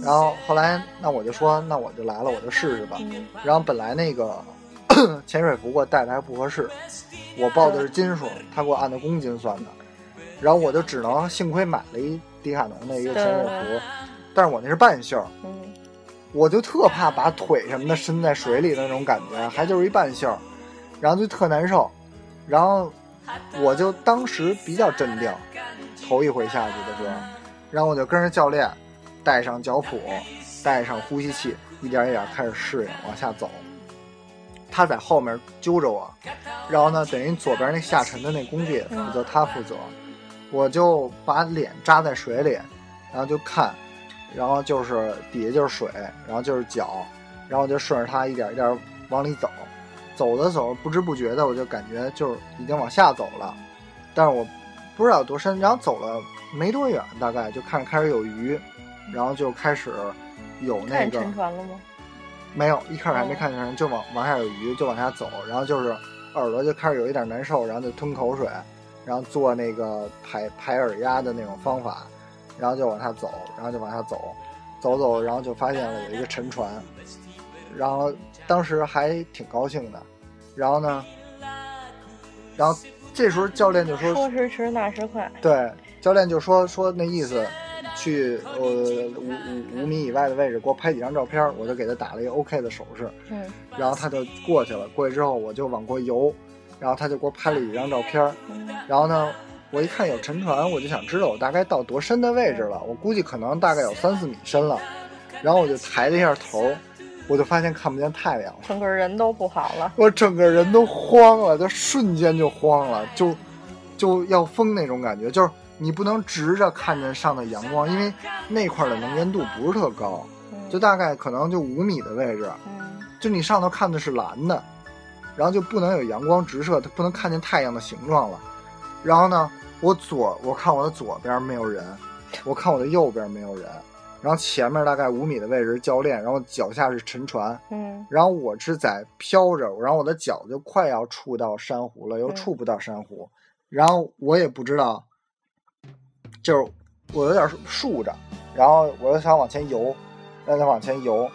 Speaker 1: 然后后来那我就说，那我就来了，我就试试吧。然后本来那个 潜水服给我带的还不合适，我报的是斤数，他给我按的公斤算的。然后我就只能幸亏买了一迪卡侬的一个潜水服，但是我那是半袖儿，
Speaker 3: 嗯，
Speaker 1: 我就特怕把腿什么的伸在水里的那种感觉，还就是一半袖儿，然后就特难受。然后我就当时比较镇定，头一回下去的时候，然后我就跟着教练，带上脚蹼，带上呼吸器，一点一点开始适应往下走。他在后面揪着我，然后呢，等于左边那下沉的那工具也负责，他负责，我就把脸扎在水里，然后就看，然后就是底下就是水，然后就是脚，然后我就顺着它一点一点往里走，走着走着不知不觉的我就感觉就是已经往下走了，但是我不知道有多深，然后走了没多远，大概就看开始有鱼，然后就开始有那
Speaker 3: 看
Speaker 1: 个
Speaker 3: 沉船了吗？
Speaker 1: 没有，一开始还没
Speaker 3: 哦
Speaker 1: 看见人，就往往下有鱼，就往下走，然后就是耳朵就开始有一点难受，然后就吞口水，然后做那个排排耳压的那种方法，然后就往下走，然后就往下走，走走，然后就发现了有一个沉船，然后当时还挺高兴的，然后呢，然后这时候教练就说
Speaker 3: 说时迟，那时快，
Speaker 1: 对，教练就说说那意思，去呃五五五米以外的位置给我拍几张照片儿，我就给他打了一个 OK 的手势，
Speaker 3: 嗯
Speaker 1: 然后他就过去了。过去之后我就往过游，然后他就给我拍了几张照片儿，
Speaker 3: 嗯
Speaker 1: 然后呢，我一看有沉船，我就想知道我大概到多深的位置了，我估计可能大概有三四米深了，然后我就抬了一下头，我就发现看不见太阳了。
Speaker 3: 整个人都不好了。
Speaker 1: 我整个人都慌了，就瞬间就慌了，就就要疯那种感觉，就是你不能直着看见上的阳光，因为那块儿的能见度不是特高，
Speaker 3: 嗯
Speaker 1: 就大概可能就五米的位置，
Speaker 3: 嗯
Speaker 1: 就你上头看的是蓝的，然后就不能有阳光直射，它不能看见太阳的形状了。然后呢，我左我看我的左边没有人，我看我的右边没有人，然后前面大概五米的位置是教练，然后脚下是沉船，
Speaker 3: 嗯
Speaker 1: 然后我是在飘着，然后我的脚就快要触到珊瑚了，又
Speaker 3: 嗯
Speaker 1: 触不到珊瑚，然后我也不知道，就是我有点竖着，然后我又想往前游，让它往前游，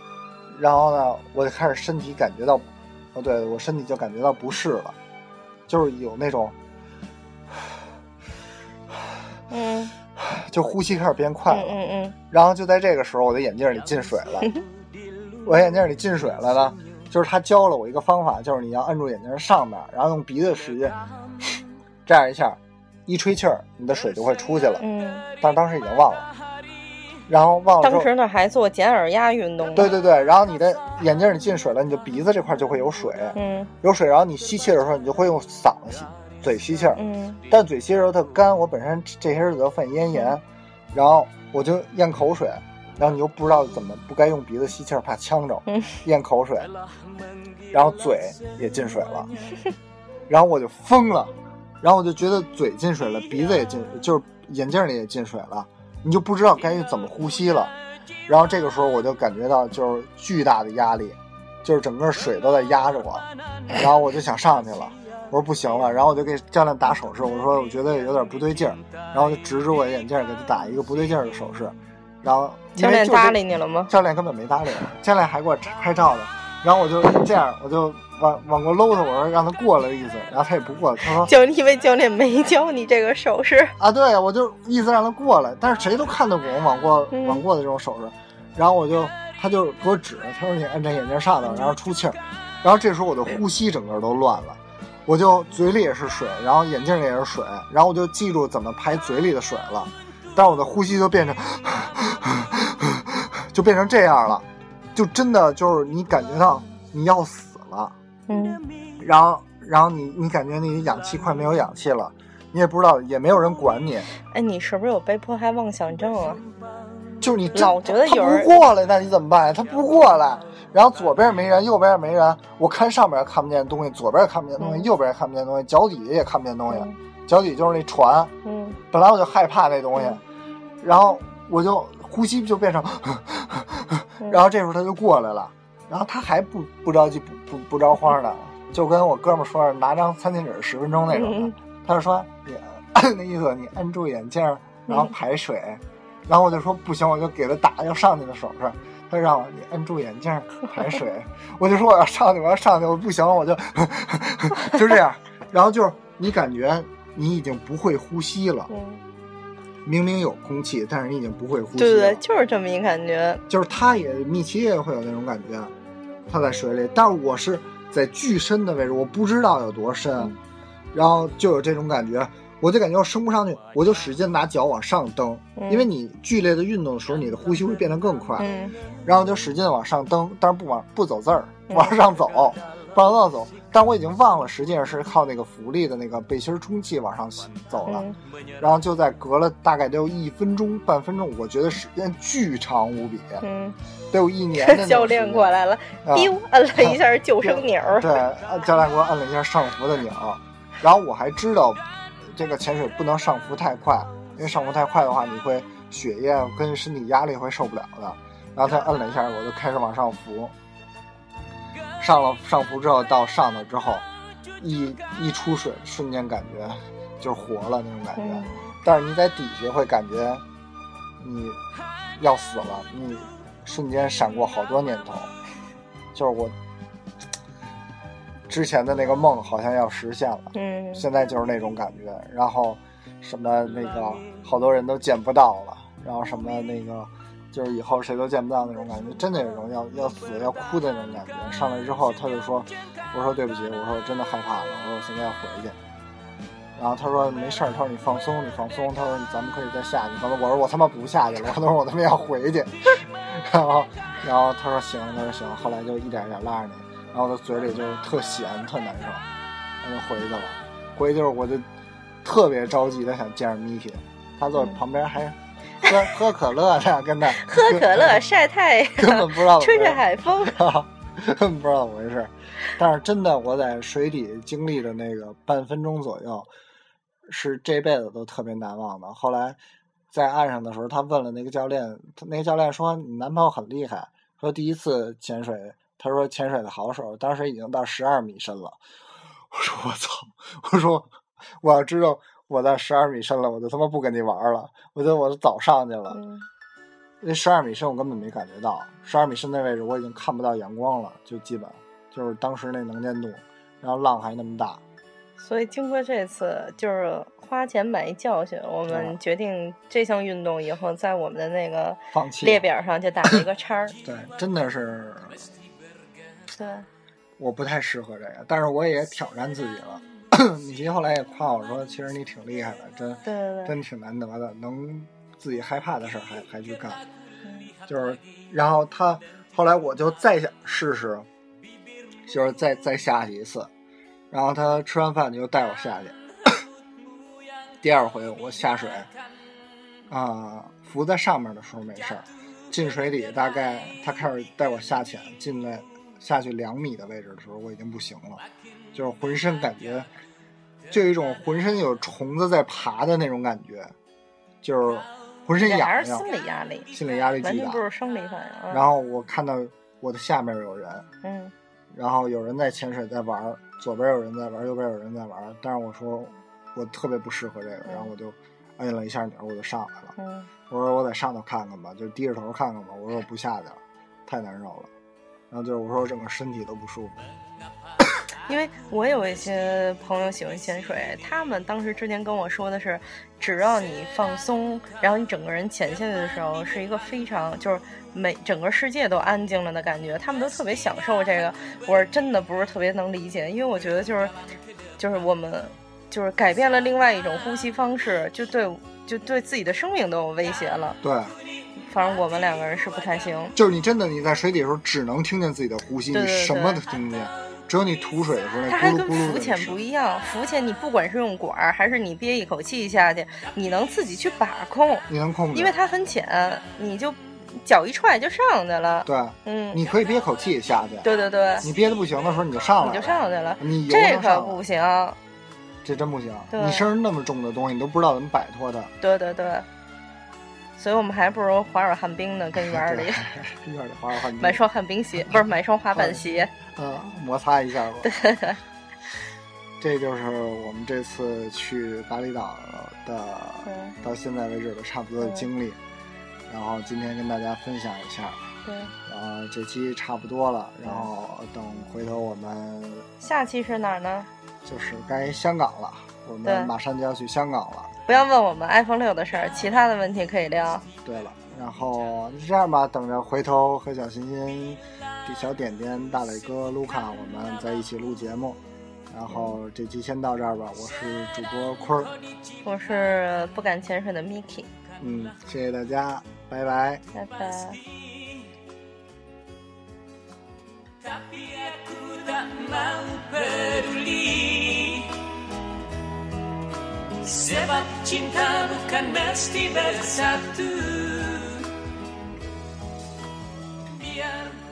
Speaker 1: 然后呢，我就开始身体感觉到，哦，对我身体就感觉到不适了，就是有那种
Speaker 3: 嗯
Speaker 1: 就呼吸开始变快了，
Speaker 3: 嗯嗯
Speaker 1: 然后就在这个时候，我的眼镜里进水 了，我眼镜里进水了呢，就是他教了我一个方法，就是你要摁住眼镜上面，然后用鼻子使劲，这样一下，一吹气儿，你的水就会出去了。
Speaker 3: 嗯，
Speaker 1: 但是当时已经忘了，然后忘了之
Speaker 3: 当
Speaker 1: 后，
Speaker 3: 时那还做减耳压运动呢。
Speaker 1: 对对对，然后你的眼镜里进水了，你的鼻子这块就会有水，
Speaker 3: 嗯
Speaker 1: 有水，然后你吸气的时候，你就会用嗓子吸，嘴吸气儿，
Speaker 3: 嗯
Speaker 1: 但嘴吸的时候特干，我本身这些日子都犯咽炎，然后我就咽口水，然后你又不知道怎么不该用鼻子吸气儿，怕呛着
Speaker 3: 嗯，
Speaker 1: 咽口水，然后嘴也进水了，然后我就疯了，然后我就觉得嘴进水了，鼻子也进，就是眼镜里也进水了，你就不知道该怎么呼吸了，然后这个时候我就感觉到就是巨大的压力，就是整个水都在压着我，然后我就想上去了。我说不行了，然后我就给教练打手势，我说我觉得有点不对劲儿，然后我就指着我的眼镜儿给他打一个不对劲儿的手势，然后因
Speaker 3: 教
Speaker 1: 为
Speaker 3: 练
Speaker 1: 就是
Speaker 3: 搭理你了吗
Speaker 1: 教练根本没搭理我，教练还给我拍照呢，然后我就这样，我就往往过搂他，我说让他过来的意思，然后他也不过来，他说
Speaker 3: 就因为教练没教你这个手势，
Speaker 1: 啊，对我就意思让他过来，但是谁都看得懂我往过
Speaker 3: 嗯
Speaker 1: 往过的这种手势，然后我就他就给我指，他说你按着眼睛
Speaker 3: 嗯
Speaker 1: 上头，然后出气儿，然后这时候我的呼吸整个都乱了，我就嘴里也是水，然后眼镜里也是水，然后我就记住怎么排嘴里的水了，但是我的呼吸就变成 就变成这样了，就真的就是你感觉到你要死了。
Speaker 3: 嗯
Speaker 1: 然后然后你你感觉你氧气快没有氧气了，你也不知道，也没有人管你，
Speaker 3: 哎，你是不是有被迫害妄想症啊？
Speaker 1: 就是你真
Speaker 3: 老觉得
Speaker 1: 他
Speaker 3: 有人
Speaker 1: 不过来，那你怎么办呀？他不过来，然后左边也没人，右边也没人，我看上边看不见东西，左边也看不见东西，
Speaker 3: 嗯
Speaker 1: 右边也看不见东西，脚底下也看不见东西
Speaker 3: 嗯，
Speaker 1: 脚底就是那船，
Speaker 3: 嗯
Speaker 1: 本来我就害怕那东西，然后我就呼吸就变成， 然后这时候他就过来了，然后他还不不着急不不不着慌的，就跟我哥们儿说拿张餐巾纸十分钟那种的，
Speaker 3: 嗯
Speaker 1: 他就说你 那意思你摁住眼镜儿，然后
Speaker 3: 嗯
Speaker 1: 排水，然后我就说不行，我就给他打要上去的手势。他让我你摁住眼镜儿排水， 我就说我要上去，我要上去，我不行，我就 就这样。然后就是你感觉你已经不会呼吸了，
Speaker 3: 嗯，
Speaker 1: 明明有空气，但是你已经不会呼吸
Speaker 3: 对
Speaker 1: 了。
Speaker 3: 对对，就是这么一感觉。
Speaker 1: 就是他也米奇也会有那种感觉，他在水里，但是我是在巨深的位置，我不知道有多深，
Speaker 3: 嗯
Speaker 1: 然后就有这种感觉，我就感觉我升不上去，我就使劲拿脚往上蹬，
Speaker 3: 嗯
Speaker 1: 因为你剧烈的运动的时候，你的呼吸会变得更快，
Speaker 3: 嗯
Speaker 1: 然后就使劲往上蹬，但是不往不走字儿，
Speaker 3: 嗯
Speaker 1: 往上走， 不往上走。但我已经忘了，实际上是靠那个浮力的那个背心儿充气往上走了。
Speaker 3: 嗯
Speaker 1: 然后就在隔了大概得有一分钟、半分钟，我觉得时间巨长无比，
Speaker 3: 嗯，
Speaker 1: 得有一年的那种
Speaker 3: 教练过来了，
Speaker 1: 时间。
Speaker 3: 丢
Speaker 1: 啊、
Speaker 3: 摁了一下救生钮儿。
Speaker 1: 对，呃教练给我按了一下上浮的钮，然后我还知道这个潜水不能上浮太快，因为上浮太快的话，你会血液跟身体压力会受不了的。然后他摁了一下，我就开始往上浮。上了上浮之后，到上头之后，一一出水，瞬间感觉就是活了那种感觉。
Speaker 3: 嗯
Speaker 1: 但是你在底下会感觉你要死了，你瞬间闪过好多念头，就是我之前的那个梦好像要实现了，
Speaker 3: 嗯
Speaker 1: 现在就是那种感觉。然后什么那个好多人都见不到了，然后什么那个就是以后谁都见不到那种感觉，真的有种要要死要哭的那种感觉。上来之后他就说，我说对不起，我说我真的害怕了，我说我现在要回去。然后他说没事儿，他说你放松，你放松。他说咱们可以再下去。他说我说我他妈不下去了，我他妈我他妈要回去。 然后，然后他说行，他说行。后来就一点一点拉着你，然后他嘴里就特咸特难受，他就回去了。回去就是我就特别着急的想见着 Miki，他坐旁边还喝喝可乐呢，跟他
Speaker 3: 嗯喝 可乐晒太
Speaker 1: 根本
Speaker 3: 阳，
Speaker 1: 不知道怎么
Speaker 3: 吹
Speaker 1: 回
Speaker 3: 着
Speaker 1: 事
Speaker 3: 海风，
Speaker 1: 不知道怎么回事。但是真的，我在水底经历的那个半分钟左右，是这辈子都特别难忘的。后来在岸上的时候，他问了那个教练，他那个教练说：“你男朋友很厉害，说第一次潜水，他说潜水的好手，当时已经到十二米深了。”我说：“我操！”我说：“我要知道我到十二米深了，我就他妈不跟你玩了，我就我就早上去了。”
Speaker 3: 嗯
Speaker 1: 那十二米深我根本没感觉到，十二米深那位置我已经看不到阳光了，就基本就是当时那能见度，然后浪还那么大，
Speaker 3: 所以经过这次，就是花钱买一教训，我
Speaker 1: 啊
Speaker 3: 们决定这项运动以后在我们的那个
Speaker 1: 放弃
Speaker 3: 列表上就打了一个叉 儿。
Speaker 1: 对，真的是
Speaker 3: 对，
Speaker 1: 我不太适合这个，但是我也挑战自己了。 米奇后来也夸我说，其实你挺厉害的，真
Speaker 3: 对对对，
Speaker 1: 真挺难得的，能自己害怕的事儿还还去干，
Speaker 3: 嗯
Speaker 1: 就是，然后他后来我就再想试试，就是再再下去一次，然后他吃完饭就带我下去， 第二回我下水，啊、浮在上面的时候没事儿，进水底大概他开始带我下潜，进来下去两米的位置的时候，我已经不行了，就是浑身感觉。就有一种浑身有虫子在爬的那种感觉，就是浑身
Speaker 3: 这
Speaker 1: 痒
Speaker 3: 还是
Speaker 1: 痒，
Speaker 3: 心理压力，
Speaker 1: 心理压力
Speaker 3: 完
Speaker 1: 巨
Speaker 3: 全
Speaker 1: 大
Speaker 3: 不。是生理反应。啊
Speaker 1: 然，后我看到我的下面有人，
Speaker 3: 嗯，
Speaker 1: 然后有人在潜水在玩儿，左边有人在玩儿，右边有人在玩儿。但是我说我特别不适合这个，然后我就摁了一下钮儿，我就上来了。
Speaker 3: 嗯，
Speaker 1: 我说我在上头看看吧，就低着头看看吧。我说我不下去了，太难受了。然后就是我说我整个身体都不舒服。
Speaker 3: 因为我有一些朋友喜欢潜水，他们当时之前跟我说的是，只要你放松，然后你整个人潜下去的时候，是一个非常就是每整个世界都安静了的感觉，他们都特别享受这个。我是真的不是特别能理解，因为我觉得就是就是我们就是改变了另外一种呼吸方式，就对就对自己的生命都有威胁了。
Speaker 1: 对，
Speaker 3: 反正我们两个人是不太行。
Speaker 1: 就是你真的你在水底的时候只能听见自己的呼吸，
Speaker 3: 对对
Speaker 1: 你
Speaker 3: 对
Speaker 1: 什么都听不见，只有你吐水的时候那
Speaker 3: 它
Speaker 1: 呃咕
Speaker 3: 还
Speaker 1: 噜
Speaker 3: 跟
Speaker 1: 咕噜
Speaker 3: 浮
Speaker 1: 的
Speaker 3: 潜
Speaker 1: 声音
Speaker 3: 不一样，浮潜你不管是用管儿还是你憋一口气下去，你能自己去把控，
Speaker 1: 你能控制，
Speaker 3: 因为它很浅，你就脚一踹就上去了。
Speaker 1: 对，
Speaker 3: 嗯，
Speaker 1: 你可以憋口气下去，
Speaker 3: 对对对，
Speaker 1: 你憋的不行的时候你就上
Speaker 3: 你
Speaker 1: 来，
Speaker 3: 就上去了。
Speaker 1: 你游
Speaker 3: 这
Speaker 1: 能
Speaker 3: 可
Speaker 1: 上
Speaker 3: 不
Speaker 1: 来，
Speaker 3: 行，
Speaker 1: 这真不行。
Speaker 3: 对
Speaker 1: 你身上那么重的东西，你都不知道怎么摆脱它，
Speaker 3: 对对对，所以我们还不如滑会儿旱冰呢，跟园 儿里
Speaker 1: 一会儿就滑着
Speaker 3: 买
Speaker 1: 换
Speaker 3: 双旱冰鞋，不是买双滑板鞋。
Speaker 1: 嗯， 摩擦一下吧。这就是我们这次去巴厘岛的
Speaker 3: 嗯
Speaker 1: 到现在为止的差不多的经历，然后今天跟大家分享一下。
Speaker 3: 对，
Speaker 1: 然后这期差不多了，然后等回头我们
Speaker 3: 下期是哪儿呢？
Speaker 1: 就是该香港了，我
Speaker 3: 对
Speaker 1: 们马上就要去香港了。
Speaker 3: 不要问我们 iPhone 六的事儿，其他的问题可以聊。
Speaker 1: 对了，然后这样吧，等着回头和小欣欣、小点点、大磊哥、卢卡，我们再一起录节目。然后这期先到这儿吧，我是主播坤儿，
Speaker 3: 我是不敢潜水的 Miki，
Speaker 1: 嗯，谢谢大家，拜拜。
Speaker 3: 拜拜。
Speaker 2: Tapi aku tak mau peduli Sebab cinta bukan mesti bersatu Biar